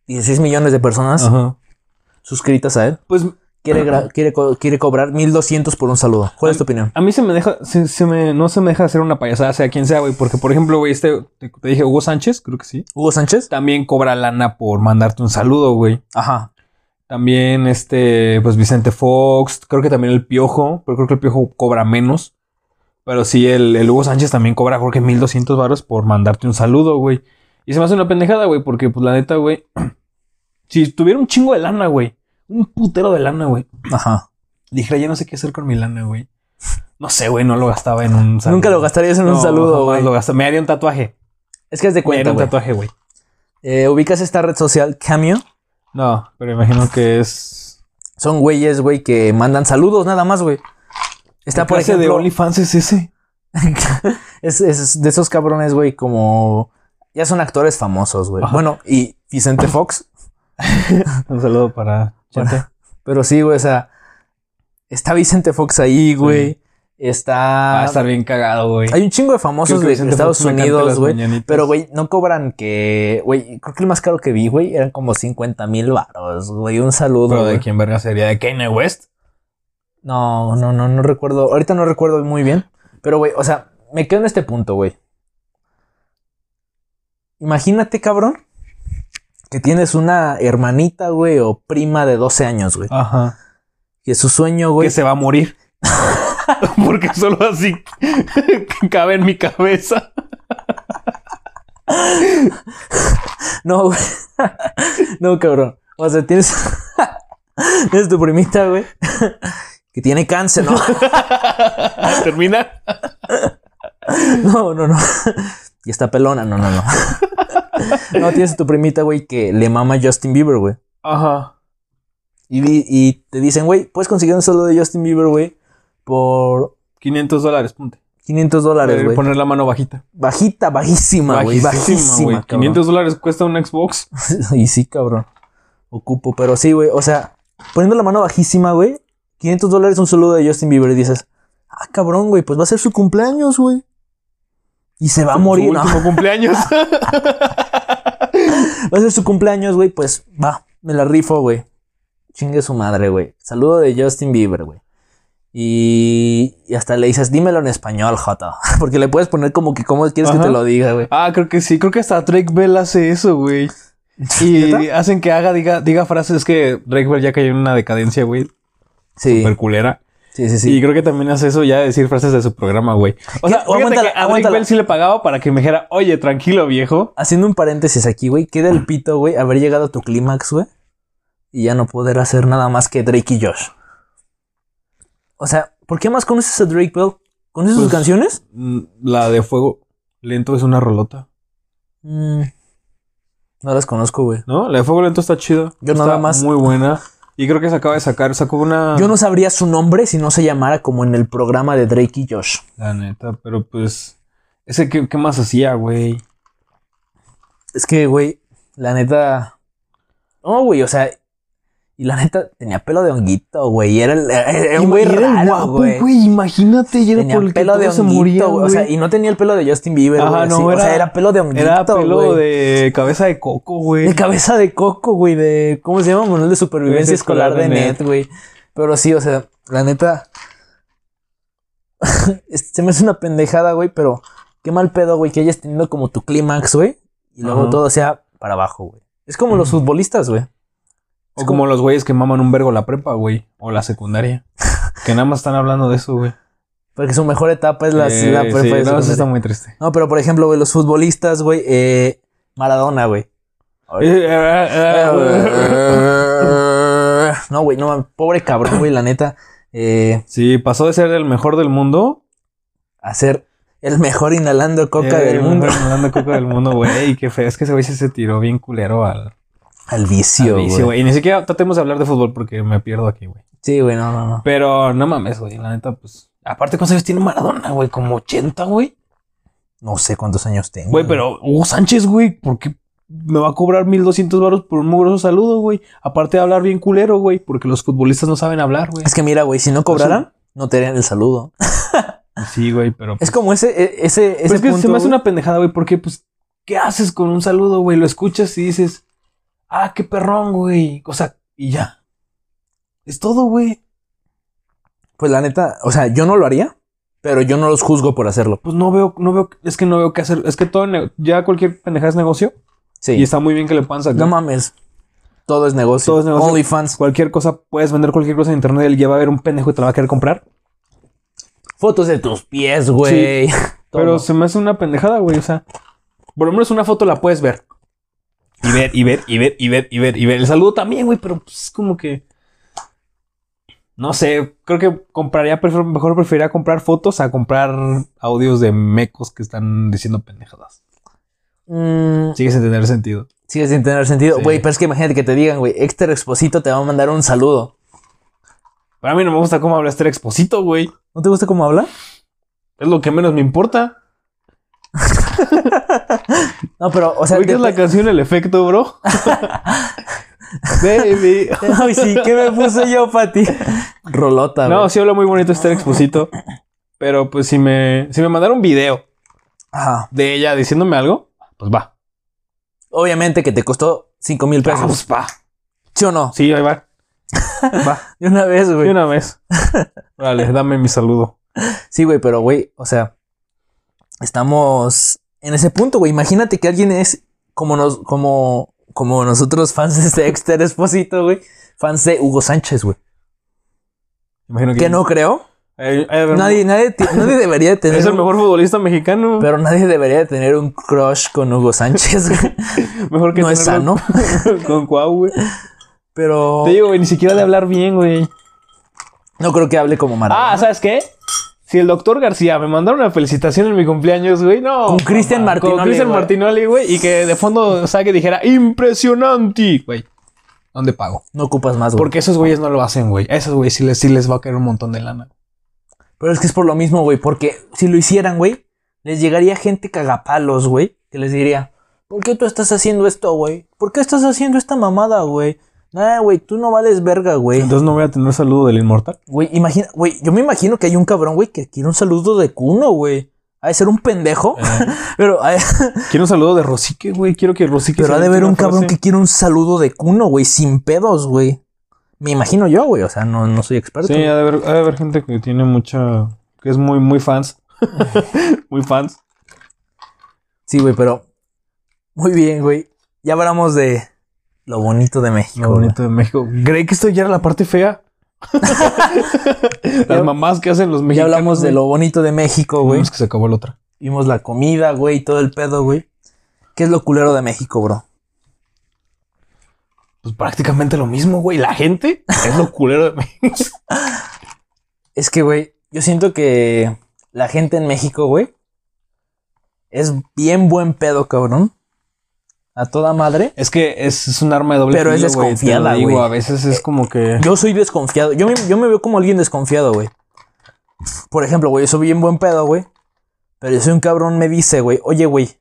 Speaker 1: 16 millones de personas
Speaker 2: Ajá.
Speaker 1: suscritas a él,
Speaker 2: Pues
Speaker 1: quiere, gra- quiere, co- quiere cobrar 1200 por un saludo? ¿Cuál es tu opinión?
Speaker 2: a mí se me deja, se, se me, no se me deja hacer una payasada, sea quien sea, güey. Porque, por ejemplo, güey, este, te, te dije Hugo Sánchez, creo que sí.
Speaker 1: ¿Hugo Sánchez?
Speaker 2: También cobra lana por mandarte un saludo, güey.
Speaker 1: Ajá.
Speaker 2: También este, pues Vicente Fox, creo que también el Piojo, pero creo que el Piojo cobra menos. Pero sí, el, el Hugo Sánchez también cobra, creo que 1200 varos por mandarte un saludo, güey. Y se me hace una pendejada, güey, porque pues la neta, güey, [clears throat] si tuviera un chingo de lana, güey, un putero de lana, güey,
Speaker 1: Ajá.
Speaker 2: dijera, ya no sé qué hacer con mi lana, güey. No sé, güey, no lo gastaba en un saludo.
Speaker 1: Nunca lo gastarías en un
Speaker 2: No,
Speaker 1: saludo,
Speaker 2: jamás
Speaker 1: güey.
Speaker 2: lo gastaba. Me haría un tatuaje.
Speaker 1: Es que es de
Speaker 2: Me haría
Speaker 1: cuenta,
Speaker 2: un
Speaker 1: güey.
Speaker 2: tatuaje, güey.
Speaker 1: Eh, ¿Ubicas esta red social, Cameo?
Speaker 2: No, pero imagino que es...
Speaker 1: Son güeyes, güey, que mandan saludos nada más, güey. Está,
Speaker 2: ¿Qué
Speaker 1: por
Speaker 2: clase de
Speaker 1: ejemplo...
Speaker 2: OnlyFans es ese?
Speaker 1: [laughs] es, es de esos cabrones, güey, como... Ya son actores famosos, güey.
Speaker 2: Ajá.
Speaker 1: Bueno, y Vicente Fox.
Speaker 2: Un saludo para... Chente.
Speaker 1: Pero sí, güey, o sea... Está Vicente Fox ahí, güey.
Speaker 2: Va a
Speaker 1: Está...
Speaker 2: estar Ah, bien cagado, güey.
Speaker 1: Ah, Hay un chingo de famosos
Speaker 2: Creo que
Speaker 1: de
Speaker 2: Vicente
Speaker 1: Estados
Speaker 2: Fox me canta
Speaker 1: Unidos,
Speaker 2: las
Speaker 1: güey.
Speaker 2: mañanitas.
Speaker 1: Pero, güey, no cobran que... Güey, creo que el más caro que vi, güey, eran como 50 mil varos, güey. Un saludo,
Speaker 2: Pero de
Speaker 1: güey.
Speaker 2: quién verga sería, de Kanye West.
Speaker 1: No, no, no, no recuerdo. Ahorita no recuerdo muy bien. Pero, güey, o sea, me quedo en este punto, güey. Imagínate, cabrón, que tienes una hermanita, güey, o prima de 12 años, güey.
Speaker 2: Ajá.
Speaker 1: Que su sueño,
Speaker 2: Que
Speaker 1: güey.
Speaker 2: se va
Speaker 1: [laughs]
Speaker 2: a morir. Porque solo así [laughs] cabe en mi cabeza.
Speaker 1: [laughs] No, güey. no, cabrón. O sea, tienes. [laughs] Es tu primita, güey. Que tiene cáncer,
Speaker 2: [laughs]
Speaker 1: ¿no?
Speaker 2: Termina.
Speaker 1: No, no, no. Y está pelona, no, no, no. [laughs] No, tienes a tu primita, güey, que le mama Justin Bieber, güey.
Speaker 2: Ajá.
Speaker 1: Y, di- y te dicen, güey, puedes conseguir un solo de Justin Bieber, güey, por
Speaker 2: 500 dólares, ponte.
Speaker 1: 500 dólares,
Speaker 2: Debe
Speaker 1: güey.
Speaker 2: poner la mano bajita.
Speaker 1: Bajita, bajísima, güey. Bajísima,
Speaker 2: güey.
Speaker 1: [laughs]
Speaker 2: 500 dólares cuesta un Xbox.
Speaker 1: cabrón. Y sí, cabrón. Ocupo, pero sí, güey. O sea, poniendo la mano bajísima, güey. 500 dólares un solo de Justin Bieber y dices, ah, cabrón, güey, pues va a ser su cumpleaños, güey. Y se va a morir,
Speaker 2: Su
Speaker 1: ¿no?
Speaker 2: último
Speaker 1: [laughs]
Speaker 2: cumpleaños.
Speaker 1: Va a ser su cumpleaños, güey. Pues va, me la rifo, güey. Chingue su madre, güey. Saludo de Justin Bieber, güey. Y, y hasta le dices, dímelo en español, Jota. [laughs] Porque le puedes poner como que cómo quieres que
Speaker 2: Ajá.
Speaker 1: te lo diga,
Speaker 2: [laughs]
Speaker 1: güey.
Speaker 2: ah, creo que sí. Creo que hasta Drake Bell hace eso, güey. Y
Speaker 1: ¿Neta?
Speaker 2: hacen que haga, diga, diga frases. Es que Drake Bell ya cayó en una decadencia, güey.
Speaker 1: Sí,
Speaker 2: Super culera.
Speaker 1: sí, sí, sí.
Speaker 2: Y creo que también hace eso ya de decir frases de su programa, güey. O sea,
Speaker 1: ¿Qué?
Speaker 2: fíjate
Speaker 1: Aguántala,
Speaker 2: que a Drake
Speaker 1: aguántala.
Speaker 2: Bell sí le pagaba para que me dijera, oye, tranquilo, viejo.
Speaker 1: Haciendo un paréntesis aquí, güey. Queda el pito, güey, haber llegado a tu clímax, güey. Y ya no poder hacer nada más que Drake y Josh. O sea, ¿por qué más conoces a Drake Bell? ¿Conoces sus
Speaker 2: Pues-
Speaker 1: canciones?
Speaker 2: Mm, La de fuego lento es una rolota,
Speaker 1: Mm, no las conozco, güey.
Speaker 2: ¿no? La de fuego lento está chida.
Speaker 1: Yo
Speaker 2: Está
Speaker 1: nada más-
Speaker 2: Muy buena. Y creo que se acaba de sacar, sacó una.
Speaker 1: Yo no sabría su nombre si no se llamara como en el programa de Drake y Josh.
Speaker 2: La neta, pero pues. Ese, ¿qué, qué más hacía, güey?
Speaker 1: Es que, güey, la neta. No, güey, o sea. Y la neta tenía pelo de honguito, güey. y Era, el- era- era un
Speaker 2: Ima-
Speaker 1: güey
Speaker 2: y era el
Speaker 1: raro,
Speaker 2: guapo,
Speaker 1: güey.
Speaker 2: güey. Imagínate, y era
Speaker 1: Tenía
Speaker 2: por el que
Speaker 1: pelo de
Speaker 2: todos se morían,
Speaker 1: honguito, güey. O sea, y no tenía el pelo de Justin Bieber,
Speaker 2: Ajá,
Speaker 1: güey. así.
Speaker 2: no,
Speaker 1: o sea,
Speaker 2: era-
Speaker 1: era pelo de honguito,
Speaker 2: Era pelo
Speaker 1: güey.
Speaker 2: de cabeza de coco, güey.
Speaker 1: De cabeza de coco, güey, de... ¿Cómo se llama? Manual de supervivencia
Speaker 2: Supervivencia escolar
Speaker 1: escolar de
Speaker 2: de
Speaker 1: net, güey. Pero sí, o sea, la neta... [laughs] es- se me hace una pendejada, güey, pero... Qué mal pedo, güey, que hayas tenido como tu clímax, güey. Y luego
Speaker 2: Ajá.
Speaker 1: todo sea para abajo, güey. Es como los futbolistas, güey.
Speaker 2: O como los güeyes que maman un vergo la prepa, güey. O
Speaker 1: [laughs]
Speaker 2: la secundaria. que nada más están hablando de eso, güey.
Speaker 1: Porque su mejor etapa es la,
Speaker 2: Eh,
Speaker 1: la prepa
Speaker 2: sí,
Speaker 1: y
Speaker 2: no, eso
Speaker 1: secundaria.
Speaker 2: está
Speaker 1: [laughs]
Speaker 2: muy triste.
Speaker 1: No, pero por ejemplo, güey, los futbolistas, güey, eh, Maradona, güey.
Speaker 2: Eh,
Speaker 1: [laughs] No, güey, no, mames, pobre cabrón, güey, la neta. Eh,
Speaker 2: Sí, pasó de ser el mejor del mundo.
Speaker 1: a ser el mejor inhalando coca
Speaker 2: eh,
Speaker 1: del
Speaker 2: [laughs]
Speaker 1: mundo.
Speaker 2: El mejor inhalando coca del mundo, güey. Qué feo. Es que ese güey sí se tiró bien culero al,
Speaker 1: Al
Speaker 2: al
Speaker 1: vicio, güey.
Speaker 2: vicio, güey. Y ni siquiera tratemos de hablar de fútbol porque me pierdo aquí, güey.
Speaker 1: Sí, güey, no, no, no.
Speaker 2: Pero no mames, güey. La neta, pues. Aparte, ¿cuántos años tiene Maradona, güey? Como 80, güey.
Speaker 1: No sé cuántos años tengo.
Speaker 2: Güey, pero Hugo Sánchez, güey, ¿por qué me va a cobrar 1200 baros por un mugroso saludo, güey? Aparte de hablar bien culero, güey, porque los futbolistas no saben hablar, güey.
Speaker 1: Es que mira, güey, si no
Speaker 2: Pues
Speaker 1: cobraran, no te darían el saludo. [laughs]
Speaker 2: Sí, güey, pero.
Speaker 1: Es como ese, e- ese, ese
Speaker 2: Pero es que
Speaker 1: punto,
Speaker 2: se me hace
Speaker 1: güey.
Speaker 2: una pendejada, güey, porque, pues, ¿qué haces con un saludo, güey? Lo escuchas y dices, ah, qué perrón, güey. O sea, y ya. Es todo, güey.
Speaker 1: Pues la neta, o sea, yo no lo haría, pero yo no los juzgo por hacerlo.
Speaker 2: Pues no veo, no veo, es que no veo qué hacer. Es que todo, ne- ya cualquier pendejada es negocio y
Speaker 1: Sí.
Speaker 2: está muy bien que le puedan sacar.
Speaker 1: No mames. Todo es negocio.
Speaker 2: Todo es negocio.
Speaker 1: OnlyFans.
Speaker 2: cualquier cosa, puedes vender cualquier cosa en internet y ya va a haber un pendejo que te la va a querer comprar.
Speaker 1: Fotos de tus pies, güey. [laughs]
Speaker 2: Pero
Speaker 1: Todo.
Speaker 2: se me hace una pendejada, güey. O sea, por lo menos una foto la puedes ver. Y ver, y ver, y ver, y ver, y ver, y ver. El saludo también, güey, pero pues como que. No sé, creo que compraría, prefer- mejor preferiría comprar fotos a comprar audios de mecos que están diciendo pendejadas.
Speaker 1: Mm,
Speaker 2: Sigue sin tener sentido.
Speaker 1: sigue sin tener sentido.
Speaker 2: Sí.
Speaker 1: Güey, pero es que imagínate que te digan, güey, Exter Exposito te va a mandar un saludo.
Speaker 2: Para mí no me gusta cómo habla este exposito, güey.
Speaker 1: ¿No te gusta cómo habla?
Speaker 2: Es lo que menos me importa.
Speaker 1: No, pero, o sea,
Speaker 2: ¿Ubicas
Speaker 1: te-
Speaker 2: la canción El Efecto,
Speaker 1: [laughs]
Speaker 2: bro? Baby.
Speaker 1: Ay, sí, ¿qué me puse yo, Pati? Rolota, güey.
Speaker 2: No, sí habla muy bonito este exposito. Pero pues si me, si me mandara un video
Speaker 1: Ajá.
Speaker 2: de ella diciéndome algo, pues va.
Speaker 1: Obviamente que te costó 5 mil
Speaker 2: Ah,
Speaker 1: pesos.
Speaker 2: pues va.
Speaker 1: ¿Sí o no?
Speaker 2: Sí, ahí va. Va,
Speaker 1: De una vez,
Speaker 2: de
Speaker 1: güey.
Speaker 2: una vez. Vale, dame mi saludo.
Speaker 1: Sí, güey, pero, güey, o sea, estamos en ese punto, güey. Imagínate que alguien es como nos, como, como nosotros, fans de Dexter Esposito, güey. Fans de Hugo Sánchez, güey.
Speaker 2: Imagino que,
Speaker 1: Que no creo.
Speaker 2: Eh, eh,
Speaker 1: Nadie, nadie, ti- nadie debería [laughs] de tener.
Speaker 2: es el
Speaker 1: un-
Speaker 2: mejor futbolista mexicano.
Speaker 1: Pero nadie debería de tener un [laughs] crush con Hugo Sánchez, güey.
Speaker 2: mejor que
Speaker 1: No es
Speaker 2: tenerlo [laughs]
Speaker 1: sano.
Speaker 2: con Cuau, güey.
Speaker 1: Pero
Speaker 2: Te digo, güey, ni siquiera de hablar bien, güey.
Speaker 1: no creo que hable como Maradona.
Speaker 2: Ah, ¿sabes qué? Si el doctor García me mandara una felicitación en mi cumpleaños, güey, no.
Speaker 1: Con Cristian
Speaker 2: mamá, Con
Speaker 1: Martinoli,
Speaker 2: Cristian
Speaker 1: güey.
Speaker 2: Martinoli, güey, y que de fondo saque y dijera, impresionante, güey. ¿Dónde pago?
Speaker 1: no ocupas más, güey.
Speaker 2: Porque esos güeyes no lo hacen, güey. A esos güeyes sí les, sí les va a caer un montón de lana.
Speaker 1: Pero es que es por lo mismo, güey. Porque si lo hicieran, güey, les llegaría gente cagapalos, güey. Que les diría, ¿por qué tú estás haciendo esto, güey? ¿Por qué estás haciendo esta mamada, güey? Nah, güey, tú no vales verga, güey.
Speaker 2: Entonces no voy a tener saludo del inmortal.
Speaker 1: Güey, imagina, güey, yo me imagino que hay un cabrón, güey, que quiere un saludo de cuno, güey. Ha de ser un pendejo,
Speaker 2: Eh.
Speaker 1: [laughs] pero, ha-
Speaker 2: Quiero un saludo de Rosique, güey. Quiero que Rosique.
Speaker 1: pero
Speaker 2: se
Speaker 1: ha de
Speaker 2: avente
Speaker 1: haber
Speaker 2: una
Speaker 1: un cabrón
Speaker 2: frase.
Speaker 1: que quiere un saludo de cuno, güey, sin pedos, güey. Me imagino yo, güey, o sea, no, no soy experto.
Speaker 2: Sí, ha de, haber, ha de haber gente que tiene mucha. que es muy, muy [laughs] fans. muy fans.
Speaker 1: Sí, güey, pero muy bien, güey. Ya hablamos de lo bonito de México.
Speaker 2: Lo
Speaker 1: güey.
Speaker 2: bonito de México. Creí que esto ya era la parte fea. [laughs] Las mamás que hacen los
Speaker 1: Ya
Speaker 2: mexicanos.
Speaker 1: hablamos de lo bonito de México,
Speaker 2: güey.
Speaker 1: güey.
Speaker 2: Es que se acabó la otra.
Speaker 1: Vimos la comida, güey, todo el pedo, güey. ¿Qué es lo culero de México, bro?
Speaker 2: Pues prácticamente lo mismo, güey. La gente es lo culero de México.
Speaker 1: Es que, güey, yo siento que la gente en México, güey, es bien buen pedo, cabrón. A toda madre.
Speaker 2: Es que es, es un arma de doble
Speaker 1: Pero es
Speaker 2: filo, güey, te lo
Speaker 1: desconfiada,
Speaker 2: digo,
Speaker 1: güey.
Speaker 2: A veces es como que.
Speaker 1: Yo soy desconfiado. Yo me, yo me veo como alguien desconfiado, güey. Por ejemplo, güey, yo soy bien buen pedo, güey. Pero yo soy un cabrón, me dice, güey, oye, güey.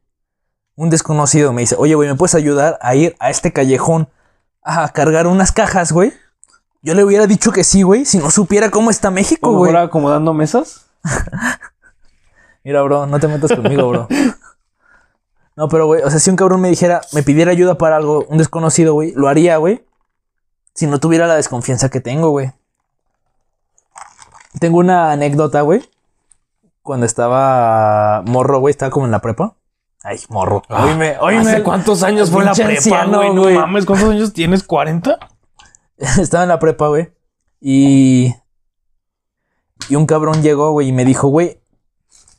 Speaker 1: Un desconocido me dice, oye, güey, ¿me puedes ayudar a ir a este callejón a cargar unas cajas, güey? Yo le hubiera dicho que sí, güey, si no supiera cómo está
Speaker 2: a lo
Speaker 1: México,
Speaker 2: mejor
Speaker 1: güey.
Speaker 2: acomodando mesas.
Speaker 1: Mira, bro, no te metas conmigo, bro. No, pero, güey, o sea, si un cabrón me dijera, me pidiera ayuda para algo, un desconocido, güey, lo haría, güey. Si no tuviera la desconfianza que tengo, güey. Tengo una anécdota, güey. Cuando estaba morro, güey, estaba como en la prepa. Ay, morro. Oíme,
Speaker 2: Ah, ¿Hace
Speaker 1: [laughs] oíme.
Speaker 2: cuántos años fue la
Speaker 1: Pinche
Speaker 2: prepa,
Speaker 1: anciano,
Speaker 2: güey? No
Speaker 1: güey.
Speaker 2: mames, ¿cuántos años tienes? [laughs] ¿40?
Speaker 1: estaba en la prepa, güey. Y. Y un cabrón llegó, güey, y me dijo, güey,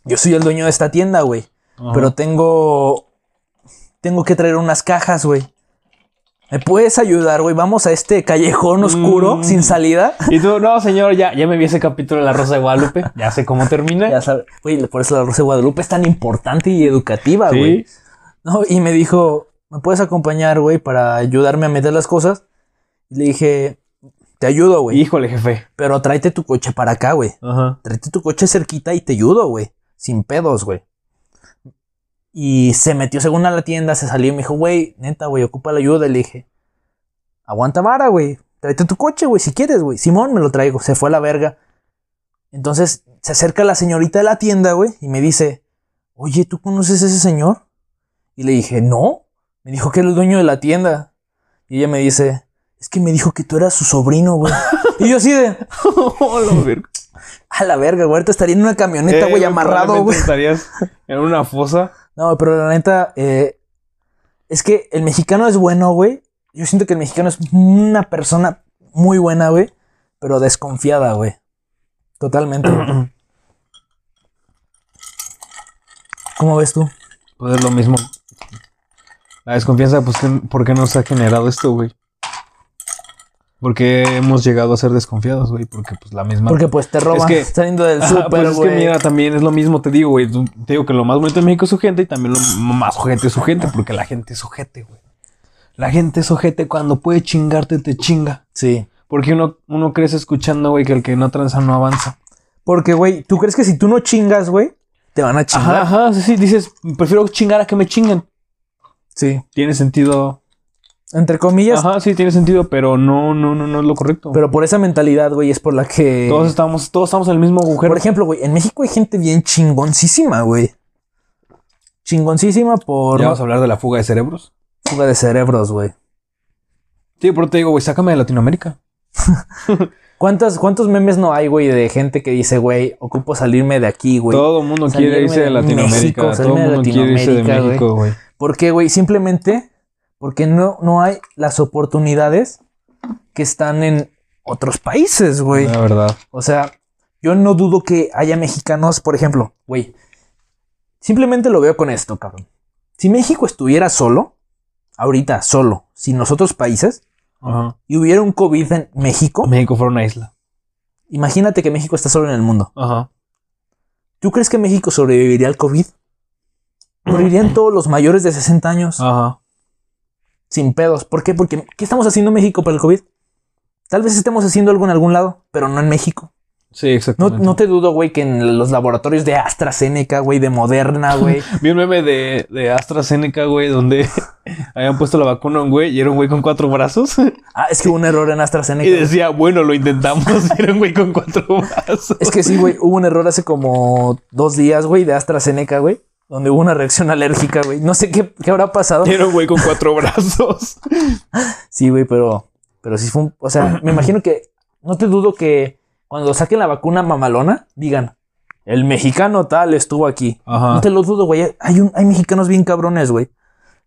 Speaker 1: yo soy el dueño de esta tienda, güey. Pero tengo. Tengo que traer unas cajas, güey. ¿Me puedes ayudar, güey? Vamos a este callejón oscuro
Speaker 2: Mm.
Speaker 1: sin salida.
Speaker 2: Y tú, no, señor, ya, ya me vi ese capítulo de La Rosa de Guadalupe. Ya sé cómo termina.
Speaker 1: Ya sabes, güey, por eso la Rosa de Guadalupe es tan importante y educativa,
Speaker 2: Sí.
Speaker 1: güey. No, y me dijo, ¿me puedes acompañar, güey, para ayudarme a meter las cosas? Y le dije, te ayudo, güey.
Speaker 2: Híjole, jefe.
Speaker 1: Pero tráete tu coche para acá, güey.
Speaker 2: [laughs] Ajá.
Speaker 1: Trate tu coche cerquita y te ayudo, güey. Sin pedos, güey. Y se metió según a la tienda, se salió y me dijo, güey, neta, güey, ocupa la ayuda. Y le dije, aguanta vara, güey. Tráete tu coche, güey, si quieres, güey. Simón, me lo traigo. Se fue a la verga. Entonces se acerca la señorita de la tienda, güey, y me dice, oye, ¿tú conoces a ese señor? Y le dije, no. Me dijo que era el dueño de la tienda. Y ella me dice, es que me dijo que tú eras su sobrino, güey. y yo así de... A la verga, güey. Ahorita estaría en una camioneta,
Speaker 2: Eh,
Speaker 1: güey, amarrado,
Speaker 2: probablemente
Speaker 1: güey.
Speaker 2: Estarías en una fosa.
Speaker 1: No, pero la neta, eh, es que el mexicano es bueno, güey. Yo siento que el mexicano es una persona muy buena, güey, pero desconfiada, güey. Totalmente. [clears throat] güey. ¿Cómo ves tú?
Speaker 2: Pues es lo mismo. La desconfianza, pues, ¿qué- ¿por qué nos ha generado esto, güey? ¿Por qué hemos llegado a ser desconfiados, güey? Porque, pues, la misma... [laughs]
Speaker 1: Porque pues te roban
Speaker 2: que-
Speaker 1: saliendo del
Speaker 2: Ajá,
Speaker 1: súper,
Speaker 2: pues es que
Speaker 1: güey.
Speaker 2: mira, también es lo mismo, te digo, güey. Tú- Te digo que lo más bonito de México es su gente y también lo más ojete es su gente, porque la gente es ojete, güey. La gente es ojete cuando puede chingarte, te chinga.
Speaker 1: Sí.
Speaker 2: Porque uno, uno crece escuchando, güey, que el que no tranza no avanza.
Speaker 1: Porque, güey, ¿tú crees que si tú no chingas, güey, te van a chingar?
Speaker 2: Ajá, ajá, sí, sí, dices, prefiero chingar a que me chinguen.
Speaker 1: Sí.
Speaker 2: Tiene sentido.
Speaker 1: Entre comillas,
Speaker 2: Ajá, sí, tiene sentido, pero no, no, no, no es lo correcto.
Speaker 1: pero por esa mentalidad, güey, es por la que...
Speaker 2: todos estamos, todos estamos en el mismo agujero.
Speaker 1: Por ejemplo, güey, en México hay gente bien chingoncísima, güey. Chingoncísima por
Speaker 2: ¿Ya vamos a hablar de la fuga de cerebros?
Speaker 1: fuga de cerebros, güey.
Speaker 2: Sí, pero te digo, güey, sácame de Latinoamérica.
Speaker 1: ¿Cuántas, ¿Cuántos memes no hay, güey, de gente que dice, güey, ocupo salirme de aquí, güey?
Speaker 2: Todo el mundo
Speaker 1: salirme
Speaker 2: quiere irse de
Speaker 1: de
Speaker 2: Latinoamérica.
Speaker 1: México,
Speaker 2: Todo
Speaker 1: salirme de
Speaker 2: el mundo quiere irse de
Speaker 1: Latinoamérica,
Speaker 2: México, güey.
Speaker 1: ¿Por qué, güey? Simplemente porque no, no hay las oportunidades que están en otros países, güey.
Speaker 2: La verdad.
Speaker 1: O sea, yo no dudo que haya mexicanos, por ejemplo, güey. Simplemente lo veo con esto, cabrón. Si México estuviera solo, ahorita solo, sin los otros países,
Speaker 2: Ajá.
Speaker 1: y hubiera un COVID en México,
Speaker 2: México fuera una isla.
Speaker 1: imagínate que México está solo en el mundo.
Speaker 2: Ajá.
Speaker 1: ¿Tú crees que México sobreviviría al
Speaker 2: [clears throat]
Speaker 1: COVID? Morirían todos los mayores de 60 años
Speaker 2: Ajá.
Speaker 1: sin pedos. ¿Por qué? Porque ¿qué estamos haciendo en México para el COVID? Tal vez estemos haciendo algo en algún lado, pero no en México.
Speaker 2: Sí,
Speaker 1: No,
Speaker 2: exactamente.
Speaker 1: no te dudo, güey, que en los laboratorios de AstraZeneca, güey, de Moderna,
Speaker 2: [laughs]
Speaker 1: güey,
Speaker 2: Vi un meme de, de AstraZeneca, güey, donde [laughs] habían puesto la vacuna a un güey y era un güey con cuatro brazos.
Speaker 1: Ah, es que hubo un error en
Speaker 2: Y
Speaker 1: AstraZeneca.
Speaker 2: decía, bueno, lo intentamos. [laughs] Y era un güey con cuatro brazos.
Speaker 1: Es que sí, güey, hubo un error hace como dos días, güey, de AstraZeneca, güey, donde hubo una reacción alérgica, güey. No sé qué, qué habrá pasado.
Speaker 2: Y era un güey con cuatro brazos.
Speaker 1: Sí, güey, pero, pero sí fue un. O sea, me imagino que no te dudo que cuando saquen la vacuna mamalona, digan, el mexicano tal estuvo aquí.
Speaker 2: Ajá.
Speaker 1: No te lo dudo, güey. Hay, un, hay mexicanos bien cabrones, güey.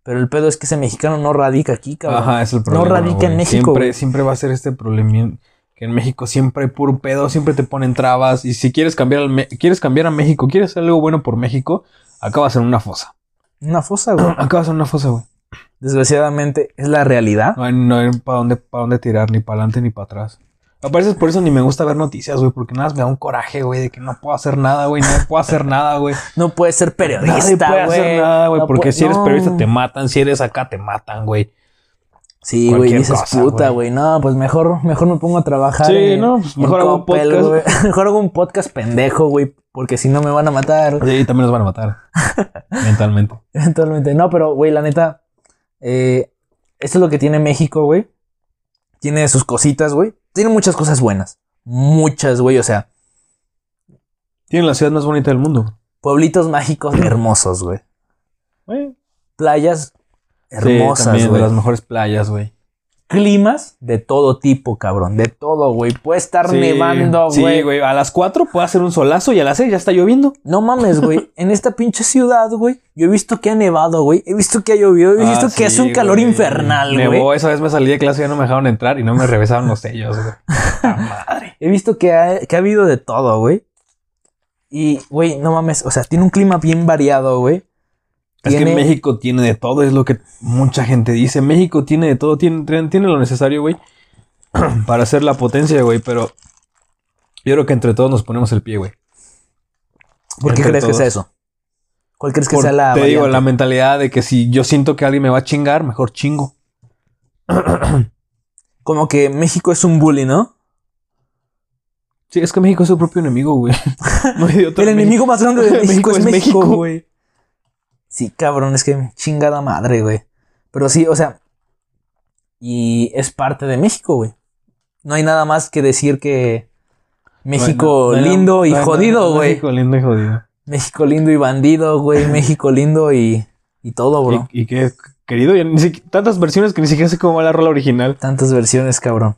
Speaker 1: Pero el pedo es que ese mexicano no radica aquí, cabrón.
Speaker 2: Ajá, es el problema.
Speaker 1: radica en
Speaker 2: güey.
Speaker 1: México,
Speaker 2: Siempre,
Speaker 1: güey.
Speaker 2: siempre va a ser este problema. Que en México siempre hay puro pedo, siempre te ponen trabas. Y si quieres cambiar, al Me- quieres cambiar a México, quieres hacer algo bueno por México, acabas en una fosa.
Speaker 1: Una fosa, güey.
Speaker 2: Acabas en una fosa, güey.
Speaker 1: Desgraciadamente, es la realidad.
Speaker 2: No hay, para dónde, pa' dónde tirar, ni para adelante ni para atrás. A veces por eso ni me gusta ver noticias, güey, porque nada más me da un coraje, güey, de que no puedo hacer nada, güey, no puedo hacer nada,
Speaker 1: [laughs]
Speaker 2: güey.
Speaker 1: No puedes ser periodista,
Speaker 2: Nadie
Speaker 1: güey.
Speaker 2: puede hacer nada, güey,
Speaker 1: No
Speaker 2: porque
Speaker 1: puede-
Speaker 2: si eres
Speaker 1: no.
Speaker 2: periodista te matan, si eres acá te matan, güey.
Speaker 1: Sí, güey,
Speaker 2: cualquier
Speaker 1: dices
Speaker 2: cosa,
Speaker 1: puta, güey. No, pues mejor, mejor me pongo a trabajar.
Speaker 2: Sí,
Speaker 1: en-
Speaker 2: no, pues
Speaker 1: en
Speaker 2: mejor hago un
Speaker 1: Coppel,
Speaker 2: podcast.
Speaker 1: güey. [laughs] mejor hago un podcast pendejo, güey, porque si no me van a matar.
Speaker 2: Sí, también los van
Speaker 1: [laughs]
Speaker 2: a matar mentalmente.
Speaker 1: Eventualmente. No, pero, güey, la neta, eh, esto es lo que tiene México, güey. Tiene sus cositas, güey. Tiene muchas cosas buenas. Muchas, güey. O sea,
Speaker 2: Tienen la ciudad más bonita del mundo.
Speaker 1: pueblitos mágicos hermosos, güey.
Speaker 2: güey.
Speaker 1: Playas
Speaker 2: Sí,
Speaker 1: hermosas,
Speaker 2: también
Speaker 1: güey.
Speaker 2: de las mejores playas, güey.
Speaker 1: Climas de todo tipo, cabrón. De todo, güey. Puede estar
Speaker 2: Sí,
Speaker 1: nevando,
Speaker 2: Sí, güey. A las 4 puede hacer un solazo y a las 6 ya está lloviendo.
Speaker 1: No mames,
Speaker 2: [laughs]
Speaker 1: güey. En esta pinche ciudad, güey. Yo he visto que ha nevado, güey. He visto que ha llovido. He visto
Speaker 2: Ah,
Speaker 1: que hace
Speaker 2: sí,
Speaker 1: un calor
Speaker 2: güey.
Speaker 1: infernal,
Speaker 2: Nevó,
Speaker 1: güey.
Speaker 2: Esa vez me salí de clase y ya no me dejaron entrar y no me revisaron los
Speaker 1: [laughs]
Speaker 2: sellos, güey. La madre.
Speaker 1: He visto que ha, que ha habido de todo, güey. Y, güey, no mames. O sea, tiene un clima bien variado, güey.
Speaker 2: Es que
Speaker 1: Tiene-
Speaker 2: México tiene de todo, es lo que mucha gente dice. México tiene de todo, tiene, tiene- tiene lo necesario, güey, [clears throat] para ser la potencia, güey. Pero yo creo que entre todos nos ponemos el pie, güey.
Speaker 1: ¿Por qué
Speaker 2: entre
Speaker 1: crees que
Speaker 2: todos.
Speaker 1: sea eso? ¿Cuál crees que
Speaker 2: Por-
Speaker 1: sea la.?
Speaker 2: te digo, la
Speaker 1: variante?
Speaker 2: mentalidad de que si yo siento que alguien me va a chingar, mejor chingo.
Speaker 1: Como que México es un bully, ¿no?
Speaker 2: Sí, es que México es su propio enemigo,
Speaker 1: [laughs]
Speaker 2: güey. No hay de otro
Speaker 1: El enemigo más
Speaker 2: [laughs]
Speaker 1: grande de México, es México, güey.
Speaker 2: güey.
Speaker 1: Sí, cabrón, es que chingada madre, güey. Pero sí, o sea, y es parte de México, güey. No hay nada más que decir que México
Speaker 2: Bueno,
Speaker 1: lindo y
Speaker 2: bueno,
Speaker 1: jodido, güey. México.
Speaker 2: México lindo y jodido.
Speaker 1: lindo y bandido, güey. México lindo y, y todo, bro.
Speaker 2: Y, y que, querido, ya ni siquiera- tantas versiones que ni siquiera sé cómo va la rola original.
Speaker 1: Tantas versiones, cabrón.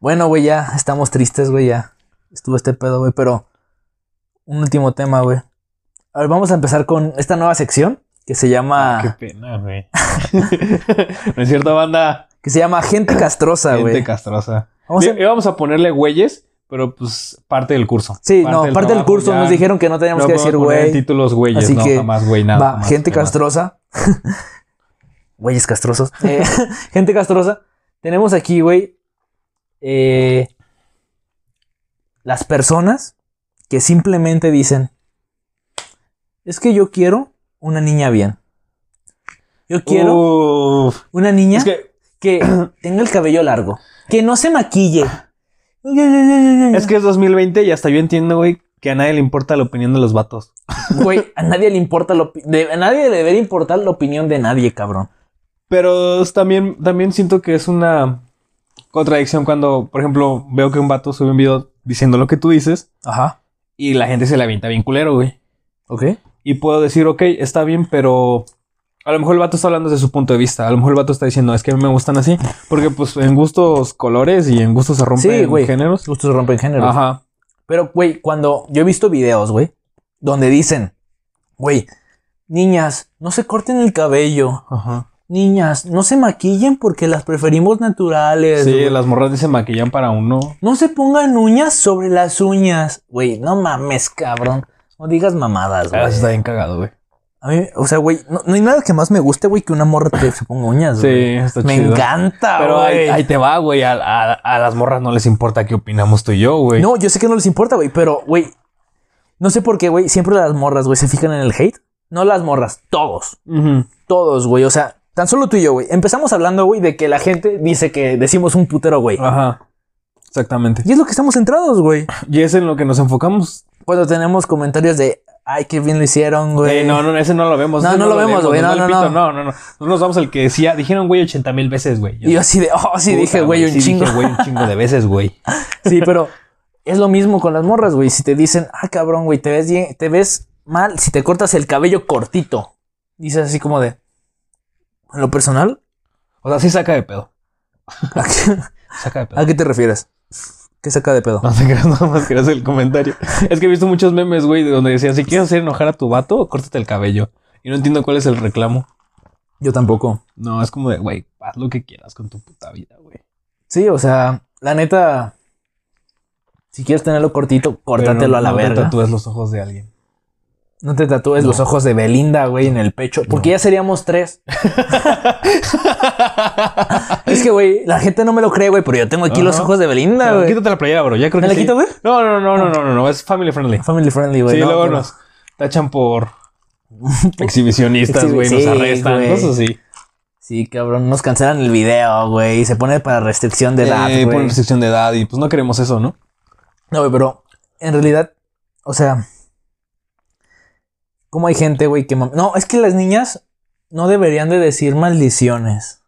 Speaker 1: Bueno, güey, ya estamos tristes, güey, ya. Estuvo este pedo, güey, pero un último tema, güey. A ver, vamos a empezar con esta nueva sección que se llama...
Speaker 2: Qué pena, güey. [laughs] no es cierto, banda.
Speaker 1: Que se llama Gente Castrosa,
Speaker 2: Gente
Speaker 1: güey.
Speaker 2: castrosa.
Speaker 1: Vamos a-
Speaker 2: Bien, Íbamos a ponerle güeyes, pero pues parte del curso.
Speaker 1: Sí, no, parte del
Speaker 2: trabajo,
Speaker 1: curso
Speaker 2: ya
Speaker 1: nos dijeron que no teníamos
Speaker 2: no
Speaker 1: que
Speaker 2: podemos
Speaker 1: decir,
Speaker 2: poner
Speaker 1: güey.
Speaker 2: títulos güeyes,
Speaker 1: Así
Speaker 2: no,
Speaker 1: que-
Speaker 2: jamás güey, nada.
Speaker 1: Va,
Speaker 2: jamás,
Speaker 1: gente
Speaker 2: jamás.
Speaker 1: castrosa. [laughs] Güeyes castrosos. Eh, [laughs] gente castrosa. Tenemos aquí, güey, eh, las personas que simplemente dicen, es que yo quiero una niña bien. Yo quiero
Speaker 2: Uf.
Speaker 1: una niña
Speaker 2: Oh, Es que, [clears throat]
Speaker 1: que tenga el cabello largo, que no se maquille.
Speaker 2: es que es 2020 y hasta yo entiendo, güey, que a nadie le importa la opinión de los vatos.
Speaker 1: Güey, a nadie le importa la opi- de- a nadie le debería importar la opinión de nadie, cabrón.
Speaker 2: Pero es también, también siento que es una contradicción cuando, por ejemplo, veo que un vato sube un video diciendo lo que tú dices
Speaker 1: Ajá.
Speaker 2: y la gente se la avienta bien culero, güey.
Speaker 1: ¿Ok?
Speaker 2: Y puedo decir, ok, está bien, pero a lo mejor el vato está hablando desde su punto de vista. A lo mejor el vato está diciendo, es que a mí me gustan así. Porque pues en gustos colores y en gustos se
Speaker 1: Sí,
Speaker 2: rompen
Speaker 1: güey.
Speaker 2: géneros.
Speaker 1: Justo se rompen género.
Speaker 2: Ajá.
Speaker 1: Pero, güey, cuando yo he visto videos, güey, donde dicen, güey, niñas, no se corten el cabello.
Speaker 2: Ajá.
Speaker 1: Niñas, no se maquillen porque las preferimos naturales.
Speaker 2: Sí,
Speaker 1: güey.
Speaker 2: las morras se maquillan para uno.
Speaker 1: No se pongan uñas sobre las uñas. Güey, no mames, cabrón. No digas mamadas,
Speaker 2: Ah,
Speaker 1: güey.
Speaker 2: Eso está bien cagado, güey.
Speaker 1: A mí, o sea, güey, no, no hay nada que más me guste, güey, que una morra te se ponga uñas, Ah, güey.
Speaker 2: Sí, está
Speaker 1: me
Speaker 2: chido.
Speaker 1: encanta,
Speaker 2: Pero ahí,
Speaker 1: güey.
Speaker 2: ahí te va, güey. A, a- a las morras no les importa qué opinamos tú y yo, güey.
Speaker 1: No, yo sé que no les importa, güey, pero, güey, no sé por qué, güey, siempre las morras, güey, se fijan en el hate. No las morras, todos,
Speaker 2: Ujú.
Speaker 1: todos, güey, o sea, tan solo tú y yo, güey. Empezamos hablando, güey, de que la gente dice que decimos un putero, güey.
Speaker 2: Ajá. Exactamente.
Speaker 1: Y es lo que estamos centrados, güey.
Speaker 2: Y es en lo que nos enfocamos.
Speaker 1: Cuando tenemos comentarios de, ay, qué bien lo hicieron, güey.
Speaker 2: Eh, no, no, ese no lo vemos.
Speaker 1: No,
Speaker 2: ese
Speaker 1: no lo vemos, güey,
Speaker 2: nos
Speaker 1: no,
Speaker 2: da el
Speaker 1: no,
Speaker 2: pito.
Speaker 1: no.
Speaker 2: no, no, no. Nosotros nos vamos al que decía, dijeron, güey, 80 mil veces, güey.
Speaker 1: Y yo así de, oh, sí,
Speaker 2: Puta,
Speaker 1: dije, güey, un
Speaker 2: sí
Speaker 1: chingo.
Speaker 2: Dije, güey, un chingo de veces, güey.
Speaker 1: Sí, pero es lo mismo con las morras, güey. Si te dicen, ah, cabrón, güey, te ves bien- te ves mal si te cortas el cabello cortito. Dices así como de. En lo personal,
Speaker 2: O sea, sí saca de pedo.
Speaker 1: ¿a qué,
Speaker 2: Saca de pedo.
Speaker 1: a qué te refieres? ¿Qué saca de pedo?
Speaker 2: No te creas, nada más creas el comentario. Es que he visto muchos memes, güey, de donde decían, si quieres hacer enojar a tu vato, córtate el cabello. Y no entiendo cuál es el reclamo.
Speaker 1: Yo tampoco.
Speaker 2: No, es como de, güey, haz lo que quieras con tu puta vida, güey.
Speaker 1: Sí, o sea, la neta. Si quieres tenerlo cortito, córtatelo
Speaker 2: Pero
Speaker 1: a la
Speaker 2: no te
Speaker 1: verga.
Speaker 2: tatúes los ojos de alguien.
Speaker 1: no te tatúes
Speaker 2: No.
Speaker 1: los ojos de Belinda, güey, en el pecho. Porque
Speaker 2: No.
Speaker 1: ya seríamos
Speaker 2: [laughs]
Speaker 1: tres. es que, güey, la gente no me lo cree, güey, pero yo tengo aquí los
Speaker 2: Ajá.
Speaker 1: ojos de Belinda, güey.
Speaker 2: Quítate la playera, bro. Ya creo
Speaker 1: ¿Me la
Speaker 2: que sí.
Speaker 1: quito, güey?
Speaker 2: No, no, no, no, no, no, no. Es family friendly.
Speaker 1: Family friendly, güey.
Speaker 2: sí,
Speaker 1: no,
Speaker 2: luego
Speaker 1: pero-
Speaker 2: nos tachan
Speaker 1: [laughs]
Speaker 2: por exhibicionistas,
Speaker 1: Exhibi-
Speaker 2: güey.
Speaker 1: sí,
Speaker 2: nos arrestan,
Speaker 1: güey.
Speaker 2: cosas así.
Speaker 1: Sí, cabrón, nos cancelan el video, güey. y Se pone para restricción de edad,
Speaker 2: Eh,
Speaker 1: güey.
Speaker 2: ponen restricción de edad y pues no queremos eso, ¿no?
Speaker 1: No, güey, pero en realidad, o sea, ¿cómo hay gente, güey, que... mam- No, es que las niñas no deberían de decir maldiciones.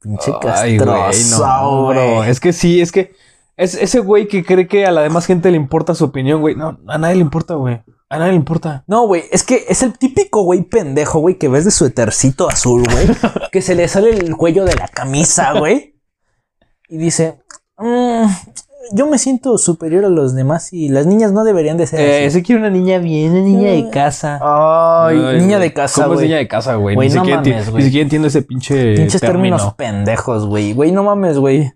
Speaker 1: Pinche
Speaker 2: Ay, güey,
Speaker 1: castroso,
Speaker 2: no, bro.
Speaker 1: güey.
Speaker 2: Es que sí, es que es ese güey que cree que a la demás gente le importa su opinión, güey. No, a nadie le importa, güey. A nadie le importa.
Speaker 1: No, güey, es que es el típico güey pendejo, güey, que ves de suetercito azul,
Speaker 2: [laughs]
Speaker 1: güey, que se le sale el cuello de la camisa, güey, y dice, "Mm, yo me siento superior a los demás y las niñas no deberían de ser así".
Speaker 2: Eh, ese quiere una niña bien, una niña de casa.
Speaker 1: Ay, niña
Speaker 2: güey.
Speaker 1: de casa,
Speaker 2: ¿Cómo es niña
Speaker 1: güey.
Speaker 2: de casa, güey?
Speaker 1: Güey,
Speaker 2: Ni,
Speaker 1: no
Speaker 2: siquiera enti-
Speaker 1: mames,
Speaker 2: ni
Speaker 1: güey.
Speaker 2: siquiera entiendo ese pinche
Speaker 1: Pinches
Speaker 2: término.
Speaker 1: términos pendejos, güey. Güey, no mames, güey.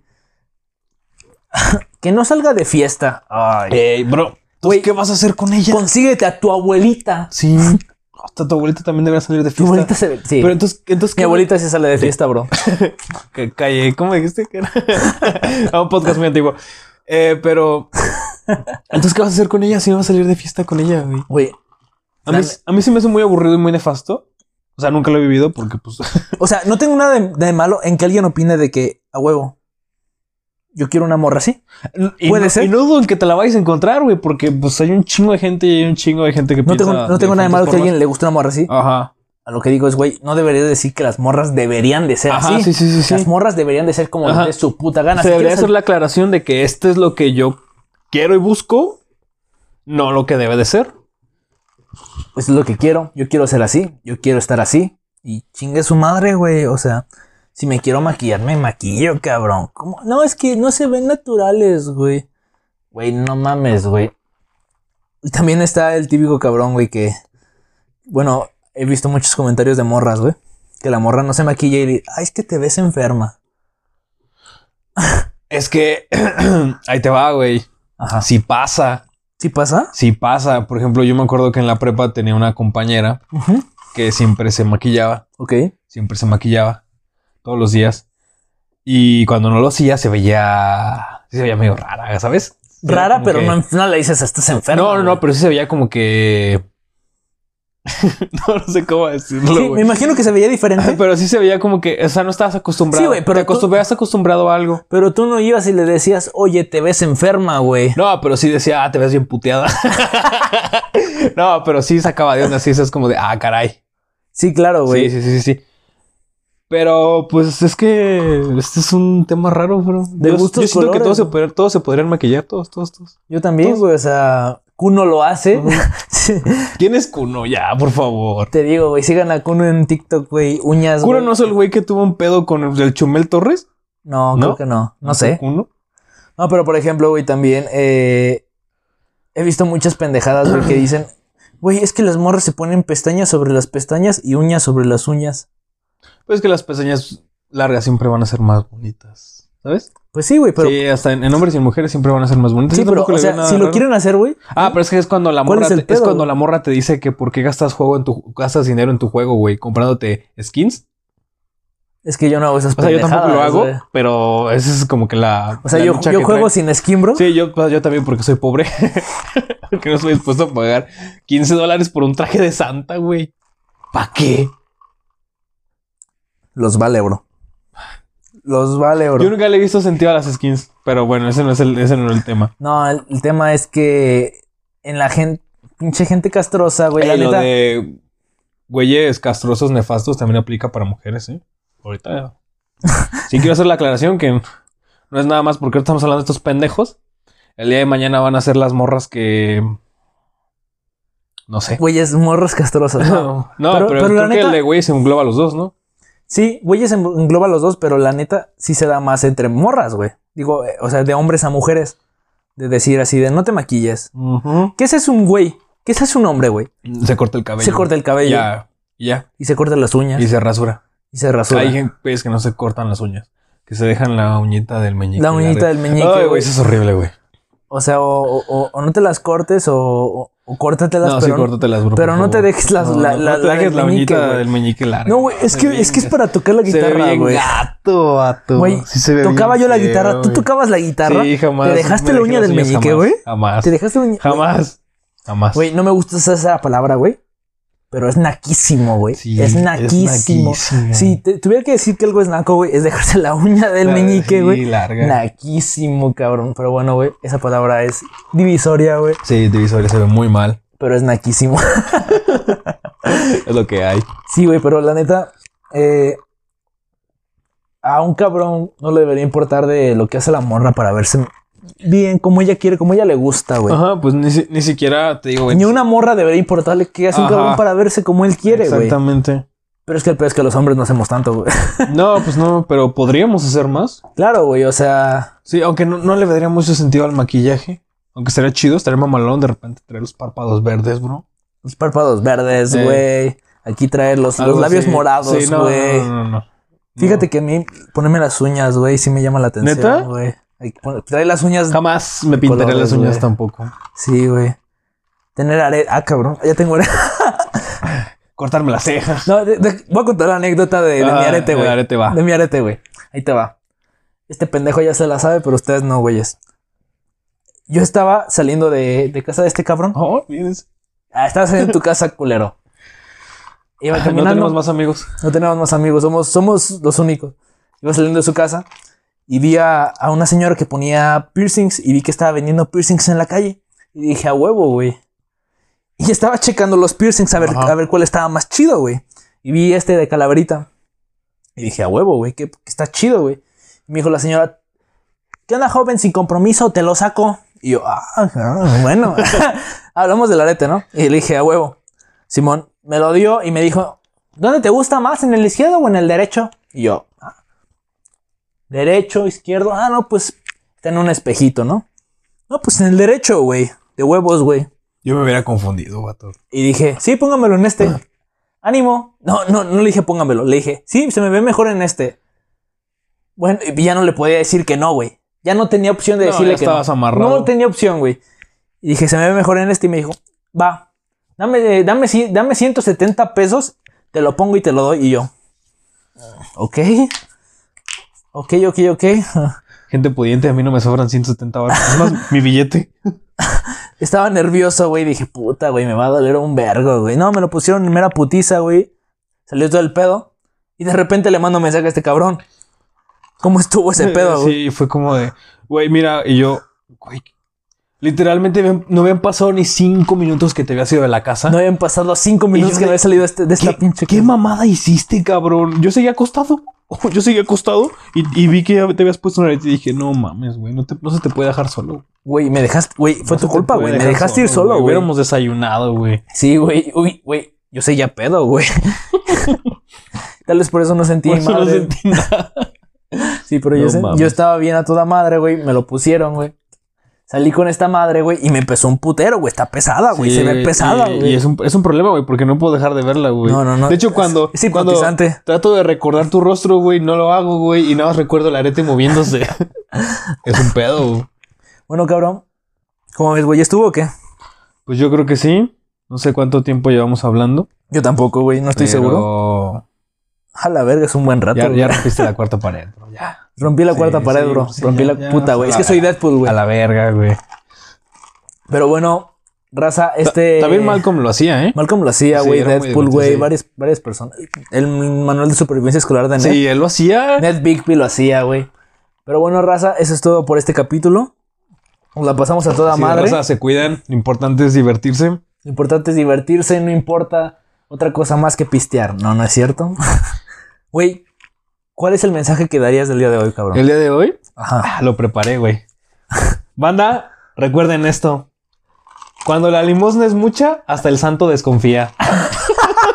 Speaker 1: [laughs] que no salga de fiesta. Ay.
Speaker 2: Ey, bro, ¿tú
Speaker 1: Güey.
Speaker 2: qué vas a hacer con ella?
Speaker 1: Consíguete a tu abuelita. [laughs]
Speaker 2: Sí. Hasta tu abuelita también debería salir de
Speaker 1: Tu
Speaker 2: fiesta.
Speaker 1: abuelita se... Sí.
Speaker 2: Pero entonces, entonces
Speaker 1: Mi
Speaker 2: ¿qué-
Speaker 1: abuelita se sale de fiesta, bro.
Speaker 2: Que calle, ¿cómo dijiste que era? [laughs] A un podcast muy antiguo. Eh, pero. Entonces, ¿qué vas a hacer con ella si no vas a salir de fiesta con ella, güey?
Speaker 1: Güey,
Speaker 2: A mí, a mí se me hace muy aburrido y muy nefasto. O sea, nunca lo he vivido porque,
Speaker 1: [laughs]
Speaker 2: pues.
Speaker 1: O sea, no tengo nada de, de malo en que alguien opine de que, a huevo, yo quiero una morra así.
Speaker 2: y
Speaker 1: Puede
Speaker 2: no-
Speaker 1: ser.
Speaker 2: Y no dudo en que te la vayas a encontrar, güey, porque, pues, hay un chingo de gente y hay un chingo de gente que
Speaker 1: No tengo,
Speaker 2: piensa
Speaker 1: no tengo nada de malo que a
Speaker 2: diferentes
Speaker 1: alguien le guste una morra así.
Speaker 2: formas. Ah. Ajá.
Speaker 1: A lo que digo es, güey, no debería decir que las morras deberían de ser
Speaker 2: Ajá,
Speaker 1: así.
Speaker 2: sí, sí, sí. sí.
Speaker 1: Las morras deberían de ser como
Speaker 2: Ajá.
Speaker 1: de su puta gana.
Speaker 2: Se
Speaker 1: Si
Speaker 2: debería
Speaker 1: quieres
Speaker 2: hacer la aclaración de que este es lo que yo quiero y busco, no lo que debe de ser.
Speaker 1: al- Eso es lo que quiero. Yo quiero ser así. Yo quiero estar así. Y chingue su madre, güey. O sea, si me quiero maquillar, me maquillo, cabrón. ¿Cómo? No, es que no se ven naturales, güey. Güey, no mames, güey. Y también está el típico cabrón, güey, que. Bueno, he visto muchos comentarios de morras, güey. Que la morra no se maquilla y. Ay, es que te ves enferma.
Speaker 2: Es que [clears throat] ahí te va, güey.
Speaker 1: Ajá.
Speaker 2: Si pasa,
Speaker 1: ¿Sí pasa?
Speaker 2: si pasa. Por ejemplo, yo me acuerdo que en la prepa tenía una compañera
Speaker 1: Ujú.
Speaker 2: que siempre se maquillaba,
Speaker 1: Ok.
Speaker 2: siempre se maquillaba todos los días. Y cuando no lo hacía, se veía, sí se veía medio rara, ¿sabes? Se veía
Speaker 1: Rara,
Speaker 2: como
Speaker 1: pero
Speaker 2: que-
Speaker 1: no, no le dices, estás enferma.
Speaker 2: No, no, no,
Speaker 1: güey".
Speaker 2: pero sí se veía como que. [laughs] no, no sé cómo decirlo.
Speaker 1: Sí, me
Speaker 2: güey.
Speaker 1: imagino que se veía diferente.
Speaker 2: Pero sí se veía como que, o sea, no estabas acostumbrado.
Speaker 1: Sí, güey, pero
Speaker 2: te
Speaker 1: tú-
Speaker 2: acostumbrabas acostumbrado a algo.
Speaker 1: Pero tú no ibas y le decías, oye, te ves enferma, güey.
Speaker 2: No, pero sí decía, ah, te ves bien puteada. [laughs] no, pero sí sacaba de onda, sí, es como de, ah, caray.
Speaker 1: Sí, claro, güey.
Speaker 2: Sí, sí, sí, sí, sí. Pero, pues, es que este es un tema raro, bro.
Speaker 1: De
Speaker 2: yo,
Speaker 1: gustos,
Speaker 2: yo siento que
Speaker 1: colores.
Speaker 2: todos se, podrían, todos se podrían maquillar, todos, todos, todos.
Speaker 1: Yo también,
Speaker 2: Todos.
Speaker 1: güey. O sea, Kuno lo hace.
Speaker 2: Ujú.
Speaker 1: [laughs] Sí.
Speaker 2: ¿Quién es Kuno? Ya, por favor.
Speaker 1: Te digo, güey, sigan a Kuno en TikTok, güey. Uñas.
Speaker 2: ¿Kuno
Speaker 1: güey.
Speaker 2: no es el güey que tuvo un pedo con el, el Chumel Torres?
Speaker 1: No, creo
Speaker 2: ¿No?
Speaker 1: que no. No sé.
Speaker 2: ¿Kuno?
Speaker 1: No, pero por ejemplo, güey, también eh, he visto muchas pendejadas, güey,
Speaker 2: [clears throat]
Speaker 1: que dicen, güey, es que las morras se ponen pestañas sobre las pestañas y uñas sobre las uñas.
Speaker 2: Pues que las pestañas largas siempre van a ser más bonitas, ¿sabes?
Speaker 1: Pues sí, güey, pero.
Speaker 2: sí, hasta en, en hombres y en mujeres siempre van a ser más bonitas.
Speaker 1: Sí,
Speaker 2: Yo
Speaker 1: pero,
Speaker 2: tampoco
Speaker 1: o
Speaker 2: le veo
Speaker 1: sea,
Speaker 2: nada
Speaker 1: si lo
Speaker 2: raro.
Speaker 1: quieren hacer, güey.
Speaker 2: Ah, pero es que es cuando la
Speaker 1: ¿Cuál
Speaker 2: morra
Speaker 1: es el
Speaker 2: te- es
Speaker 1: pedo,
Speaker 2: cuando
Speaker 1: güey?
Speaker 2: la morra te dice que por qué gastas juego en tu gastas dinero en tu juego, güey, comprándote skins.
Speaker 1: Es que yo no hago esas
Speaker 2: O sea, yo
Speaker 1: pendejadas.
Speaker 2: tampoco lo hago,
Speaker 1: güey.
Speaker 2: pero esa es como que la
Speaker 1: O sea,
Speaker 2: la
Speaker 1: yo,
Speaker 2: lucha
Speaker 1: yo
Speaker 2: que
Speaker 1: juego
Speaker 2: traigo.
Speaker 1: sin skin, bro.
Speaker 2: Sí, yo, pues, yo también porque soy pobre. [laughs] porque no estoy dispuesto a pagar 15 dólares por un traje de Santa, güey. ¿Para qué?
Speaker 1: Los vale, bro. Los vale, bro.
Speaker 2: Yo nunca le he visto sentido a las skins, pero bueno, ese no es el, ese no era el tema.
Speaker 1: No, el, el tema es que en la gente, pinche gente castrosa, güey, Pues la
Speaker 2: Ey, lo
Speaker 1: neta.
Speaker 2: de güeyes castrosos nefastos también aplica para mujeres, ¿eh? Ahorita. [laughs] sí quiero hacer la aclaración que no es nada más porque estamos hablando de estos pendejos. El día de mañana van a ser las morras que
Speaker 1: [laughs]
Speaker 2: no sé.
Speaker 1: Güeyes morros castrosos.
Speaker 2: [laughs]
Speaker 1: ¿no?
Speaker 2: No, pero,
Speaker 1: Pero- pero
Speaker 2: creo
Speaker 1: la
Speaker 2: que
Speaker 1: neta-
Speaker 2: el de güeyes engloba a los dos, ¿no?
Speaker 1: Sí, güeyes en- engloba los dos, pero la neta sí se da más entre morras, güey. Digo, eh, o sea, de hombres a mujeres. De decir así, de no te maquilles. ¿Qué es un güey? ¿Qué es un hombre, güey?
Speaker 2: Se corta el cabello.
Speaker 1: Se corta el cabello
Speaker 2: Ya, ya.
Speaker 1: y se corta las uñas
Speaker 2: Y
Speaker 1: y,
Speaker 2: se rasura.
Speaker 1: se rasura.
Speaker 2: Hay gente- güeyes que no se cortan las uñas. Que se dejan la uñita del meñique.
Speaker 1: la uñita del meñique,
Speaker 2: Ay, güey,
Speaker 1: güey.
Speaker 2: eso es horrible, güey.
Speaker 1: O sea, o, o- o no te las cortes o, o- o córtatelas,
Speaker 2: No, sí,
Speaker 1: pero,
Speaker 2: córtatelas, bro.
Speaker 1: pero
Speaker 2: por
Speaker 1: no te
Speaker 2: favor.
Speaker 1: dejes las-
Speaker 2: No,
Speaker 1: la-
Speaker 2: no,
Speaker 1: la-
Speaker 2: no te
Speaker 1: la
Speaker 2: dejes
Speaker 1: del
Speaker 2: la
Speaker 1: meñique,
Speaker 2: uñita
Speaker 1: güey.
Speaker 2: del meñique larga.
Speaker 1: No, güey, es
Speaker 2: Se
Speaker 1: que,
Speaker 2: ve
Speaker 1: es que es
Speaker 2: bien-
Speaker 1: para tocar la
Speaker 2: se ve
Speaker 1: guitarra,
Speaker 2: bien
Speaker 1: güey.
Speaker 2: gato, vato.
Speaker 1: Güey,
Speaker 2: Sí se ve
Speaker 1: Tocaba
Speaker 2: bien
Speaker 1: yo la
Speaker 2: feo,
Speaker 1: guitarra. ¿Tú
Speaker 2: güey.
Speaker 1: tocabas la guitarra?
Speaker 2: Sí, jamás.
Speaker 1: ¿Te dejaste
Speaker 2: me
Speaker 1: la
Speaker 2: dejé
Speaker 1: uña
Speaker 2: las
Speaker 1: del
Speaker 2: uñas
Speaker 1: meñique,
Speaker 2: jamás,
Speaker 1: güey?
Speaker 2: Jamás.
Speaker 1: ¿Te dejaste la uña?
Speaker 2: Jamás. Jamás.
Speaker 1: Güey, no me gusta usar esa palabra, güey. Pero es naquísimo, güey.
Speaker 2: Sí,
Speaker 1: es naquísimo.
Speaker 2: naquísimo.
Speaker 1: Si te- tuviera que decir que algo es naco, güey, es dejarse la uña del
Speaker 2: La-
Speaker 1: meñique,
Speaker 2: Ah, sí,
Speaker 1: güey.
Speaker 2: larga.
Speaker 1: Naquísimo, cabrón. Pero bueno, güey, esa palabra es divisoria, güey.
Speaker 2: Sí, divisoria se ve muy mal.
Speaker 1: Pero es naquísimo.
Speaker 2: Es lo que hay.
Speaker 1: Sí, güey, pero la neta, eh, a un cabrón no le debería importar de lo que hace la morra para verse bien, como ella quiere, como ella le gusta, güey.
Speaker 2: Ajá, pues ni, si- ni siquiera te digo, güey.
Speaker 1: Ni una morra debería importarle qué hace un
Speaker 2: Ajá.
Speaker 1: cabrón para verse como él quiere, güey.
Speaker 2: Exactamente.
Speaker 1: Pero es que el peor es que los hombres no hacemos tanto, güey. [laughs]
Speaker 2: No, pues no, pero podríamos hacer más.
Speaker 1: Claro, güey, o sea,
Speaker 2: Sí, aunque no, no le daría mucho sentido al maquillaje. Aunque estaría chido, estaría mamalón de repente traer los párpados verdes, bro.
Speaker 1: los párpados verdes,
Speaker 2: Eh.
Speaker 1: güey. Aquí traer los, los
Speaker 2: Algo
Speaker 1: labios
Speaker 2: así.
Speaker 1: morados, güey.
Speaker 2: Sí, no, no, no, no, no.
Speaker 1: Fíjate
Speaker 2: No.
Speaker 1: que a mí ponerme las uñas, güey, sí me llama la atención,
Speaker 2: ¿Neta?
Speaker 1: güey. Hay que poner- Traer las uñas
Speaker 2: jamás me pintaré
Speaker 1: colores,
Speaker 2: las uñas
Speaker 1: güey.
Speaker 2: tampoco.
Speaker 1: Sí, güey. Tener are... Ah, cabrón. Ya tengo are...
Speaker 2: Cortarme las cejas.
Speaker 1: No, de- de- voy a contar la anécdota de, de mi
Speaker 2: Ah,
Speaker 1: arete,
Speaker 2: El
Speaker 1: güey.
Speaker 2: arete va.
Speaker 1: De mi arete, güey. Ahí te va. Este pendejo ya se la sabe, pero ustedes no, güeyes. Yo estaba saliendo de, de casa de este cabrón.
Speaker 2: [laughs] Oh, vienes.
Speaker 1: Ah, estaba saliendo de tu casa, culero. Iba
Speaker 2: Ah, No
Speaker 1: caminando.
Speaker 2: tenemos más amigos.
Speaker 1: No tenemos más amigos, somos, somos los únicos. Iba saliendo de su casa y vi a, a una señora que ponía piercings y vi que estaba vendiendo piercings en la calle. Y dije, a huevo, güey. Y estaba checando los piercings a ver,
Speaker 2: Ajá.
Speaker 1: a ver cuál estaba más chido, güey. Y vi este de calaverita. Y dije, a huevo, güey, que, que está chido, güey. Y me dijo la señora, ¿qué onda, joven? Sin compromiso, te lo saco. Y yo, ah, ah, bueno. [laughs] Hablamos del arete, ¿no? Y le dije, a huevo. Simón me lo dio y me dijo, ¿dónde te gusta más? ¿En el izquierdo o en el derecho? Y yo, ah, derecho, izquierdo. Ah, no, pues está en un espejito, ¿no? No, pues en el derecho, güey. De huevos, güey.
Speaker 2: Yo me hubiera confundido, vato.
Speaker 1: Y dije, sí, póngamelo en este. Ánimo. No, no, no le dije póngamelo. Le dije, sí, se me ve mejor en este. Bueno, y ya no le podía decir que no, güey. Ya no tenía opción de
Speaker 2: No,
Speaker 1: decirle
Speaker 2: ya
Speaker 1: que no.
Speaker 2: estabas amarrado.
Speaker 1: No tenía opción, güey. Y dije, se me ve mejor en este. Y me dijo, va, dame, eh, dame, ci- dame 170 pesos, te lo pongo y te lo doy. Y yo, ok. Ok, ok, ok.
Speaker 2: Gente pudiente, a mí no me sobran 170 baros.
Speaker 1: [laughs]
Speaker 2: Es más, mi billete.
Speaker 1: Estaba nervioso, güey. Dije, puta, güey, me va a doler un vergo, güey. No, me lo pusieron en mera putiza, güey. Salió todo el pedo. Y de repente le mando mensaje a este cabrón. ¿Cómo estuvo ese pedo, güey?
Speaker 2: [laughs] Sí, fue como de, güey, mira, y yo, güey, literalmente me- no habían pasado ni cinco minutos que te había ido de la casa.
Speaker 1: No habían pasado cinco
Speaker 2: Y yo
Speaker 1: minutos que
Speaker 2: de-
Speaker 1: no había salido este- de esta
Speaker 2: ¿Qué,
Speaker 1: pinche.
Speaker 2: qué
Speaker 1: casa.
Speaker 2: mamada hiciste, cabrón? Yo seguía acostado. [laughs] Yo seguía acostado y, y vi que te habías puesto una arete y dije, no mames, güey, no, te- no se te puede dejar solo.
Speaker 1: Güey, me dejaste. Güey, fue
Speaker 2: No
Speaker 1: tu
Speaker 2: se te
Speaker 1: culpa,
Speaker 2: puede
Speaker 1: güey. Me
Speaker 2: dejar
Speaker 1: dejaste ir solo, güey.
Speaker 2: Hubiéramos desayunado, güey.
Speaker 1: Sí, güey. Uy, güey. Yo sé ya pedo,
Speaker 2: [laughs]
Speaker 1: güey. Tal vez por eso no sentí
Speaker 2: Por eso no [laughs]
Speaker 1: madre.
Speaker 2: sentí nada.
Speaker 1: Sí, pero yo,
Speaker 2: No
Speaker 1: sen-
Speaker 2: mames.
Speaker 1: yo estaba bien a toda madre, güey. Me lo pusieron, güey. Salí con esta madre, güey, y me empezó un putero, güey. Está pesada, güey.
Speaker 2: Sí,
Speaker 1: se ve pesada,
Speaker 2: y-
Speaker 1: güey.
Speaker 2: Y es un, es un problema, güey, porque no puedo dejar de verla, güey.
Speaker 1: No, no, no.
Speaker 2: De hecho,
Speaker 1: Es-
Speaker 2: cuando,
Speaker 1: es
Speaker 2: cuando
Speaker 1: hipnotizante.
Speaker 2: trato de recordar tu rostro, güey, no lo hago, güey, y nada más recuerdo el arete moviéndose. [laughs] es un pedo, güey.
Speaker 1: Bueno, cabrón. ¿Cómo ves, güey? ¿Ya ¿Estuvo o qué?
Speaker 2: Pues yo creo que sí. No sé cuánto tiempo llevamos hablando.
Speaker 1: Yo tampoco, güey. No estoy seguro.
Speaker 2: seguro.
Speaker 1: A la verga, es un buen rato.
Speaker 2: Ya,
Speaker 1: güey.
Speaker 2: ya rompiste la cuarta pared, bro.
Speaker 1: [laughs]
Speaker 2: Ya.
Speaker 1: Rompí la
Speaker 2: Sí,
Speaker 1: cuarta pared,
Speaker 2: sí,
Speaker 1: bro.
Speaker 2: sí,
Speaker 1: Rompí
Speaker 2: ya,
Speaker 1: la
Speaker 2: ya,
Speaker 1: puta, güey.
Speaker 2: a
Speaker 1: Es
Speaker 2: la
Speaker 1: que soy Deadpool,
Speaker 2: A
Speaker 1: güey.
Speaker 2: la verga, güey.
Speaker 1: Pero bueno, raza, este.
Speaker 2: También Malcolm lo hacía, ¿eh?
Speaker 1: Malcolm lo hacía,
Speaker 2: Sí,
Speaker 1: güey.
Speaker 2: era muy
Speaker 1: Deadpool,
Speaker 2: divertido,
Speaker 1: güey.
Speaker 2: sí.
Speaker 1: Varias, varias personas. El manual de supervivencia escolar de Ned.
Speaker 2: Sí, él lo hacía.
Speaker 1: Ned Bigby lo hacía, güey. Pero bueno, raza, eso es todo por este capítulo. Nos la pasamos a toda
Speaker 2: Sí,
Speaker 1: madre.
Speaker 2: raza, se cuidan. Lo importante es divertirse.
Speaker 1: Lo importante es divertirse, no importa otra cosa más que pistear. No, no es cierto. [laughs] Güey, ¿cuál es el mensaje que darías del día de hoy, cabrón?
Speaker 2: El día de hoy
Speaker 1: Ajá.
Speaker 2: Ah, Lo preparé, güey. [laughs] Banda, recuerden esto. Cuando la limosna es mucha, hasta el santo desconfía.
Speaker 1: [laughs]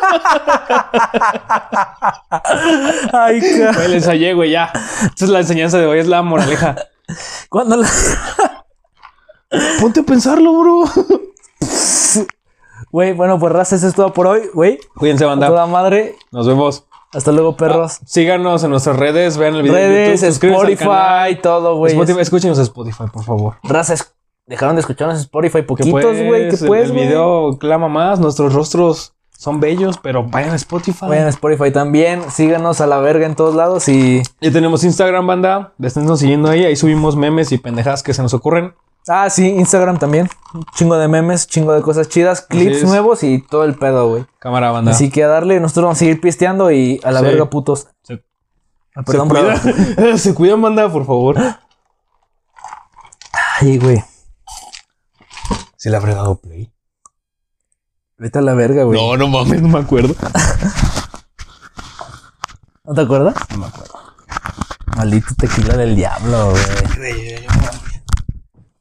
Speaker 1: Ay, ca-
Speaker 2: Güey, la ensayé, güey, ya. Esa es la enseñanza de hoy, es la moraleja.
Speaker 1: Cuando la-
Speaker 2: Ponte a pensarlo, bro.
Speaker 1: Güey, bueno, pues raza, eso es todo por hoy, güey.
Speaker 2: [laughs] Cuídense,
Speaker 1: A
Speaker 2: banda.
Speaker 1: toda madre.
Speaker 2: Nos vemos.
Speaker 1: Hasta luego, perros.
Speaker 2: Síganos en nuestras redes, vean el video. en
Speaker 1: Redes,
Speaker 2: YouTube, suscríbanse al canal.
Speaker 1: Spotify, todo, güey.
Speaker 2: Spotify, escúchenos en Spotify, por favor.
Speaker 1: Raza, es- dejaron de escucharnos en Spotify
Speaker 2: Que
Speaker 1: poquitos, güey. Que
Speaker 2: el-
Speaker 1: pues,
Speaker 2: El
Speaker 1: güey.
Speaker 2: video clama más, nuestros rostros son bellos, pero vayan a Spotify.
Speaker 1: Vayan a Spotify también. Síganos a la verga en todos lados y.
Speaker 2: Ya tenemos Instagram, banda. Estén siguiendo ahí. Ahí subimos memes y pendejadas que se nos ocurren.
Speaker 1: Ah, sí, Instagram también. Un Chingo de memes, chingo de cosas chidas, clips
Speaker 2: es.
Speaker 1: nuevos y todo el pedo, güey.
Speaker 2: Cámara, banda.
Speaker 1: Así que a darle, nosotros vamos a seguir pisteando y a la
Speaker 2: Sí.
Speaker 1: verga, putos.
Speaker 2: Se-
Speaker 1: Ah,
Speaker 2: Se
Speaker 1: perdón, bro.
Speaker 2: cuidan, [laughs] se cuidan, banda, por [gasps] favor.
Speaker 1: Ay, güey.
Speaker 2: ¿Se le habrá dado play?
Speaker 1: Vete a la verga, güey.
Speaker 2: No, no mames, no me acuerdo.
Speaker 1: ¿No te acuerdas?
Speaker 2: No me acuerdo.
Speaker 1: Maldito tequila del diablo, güey.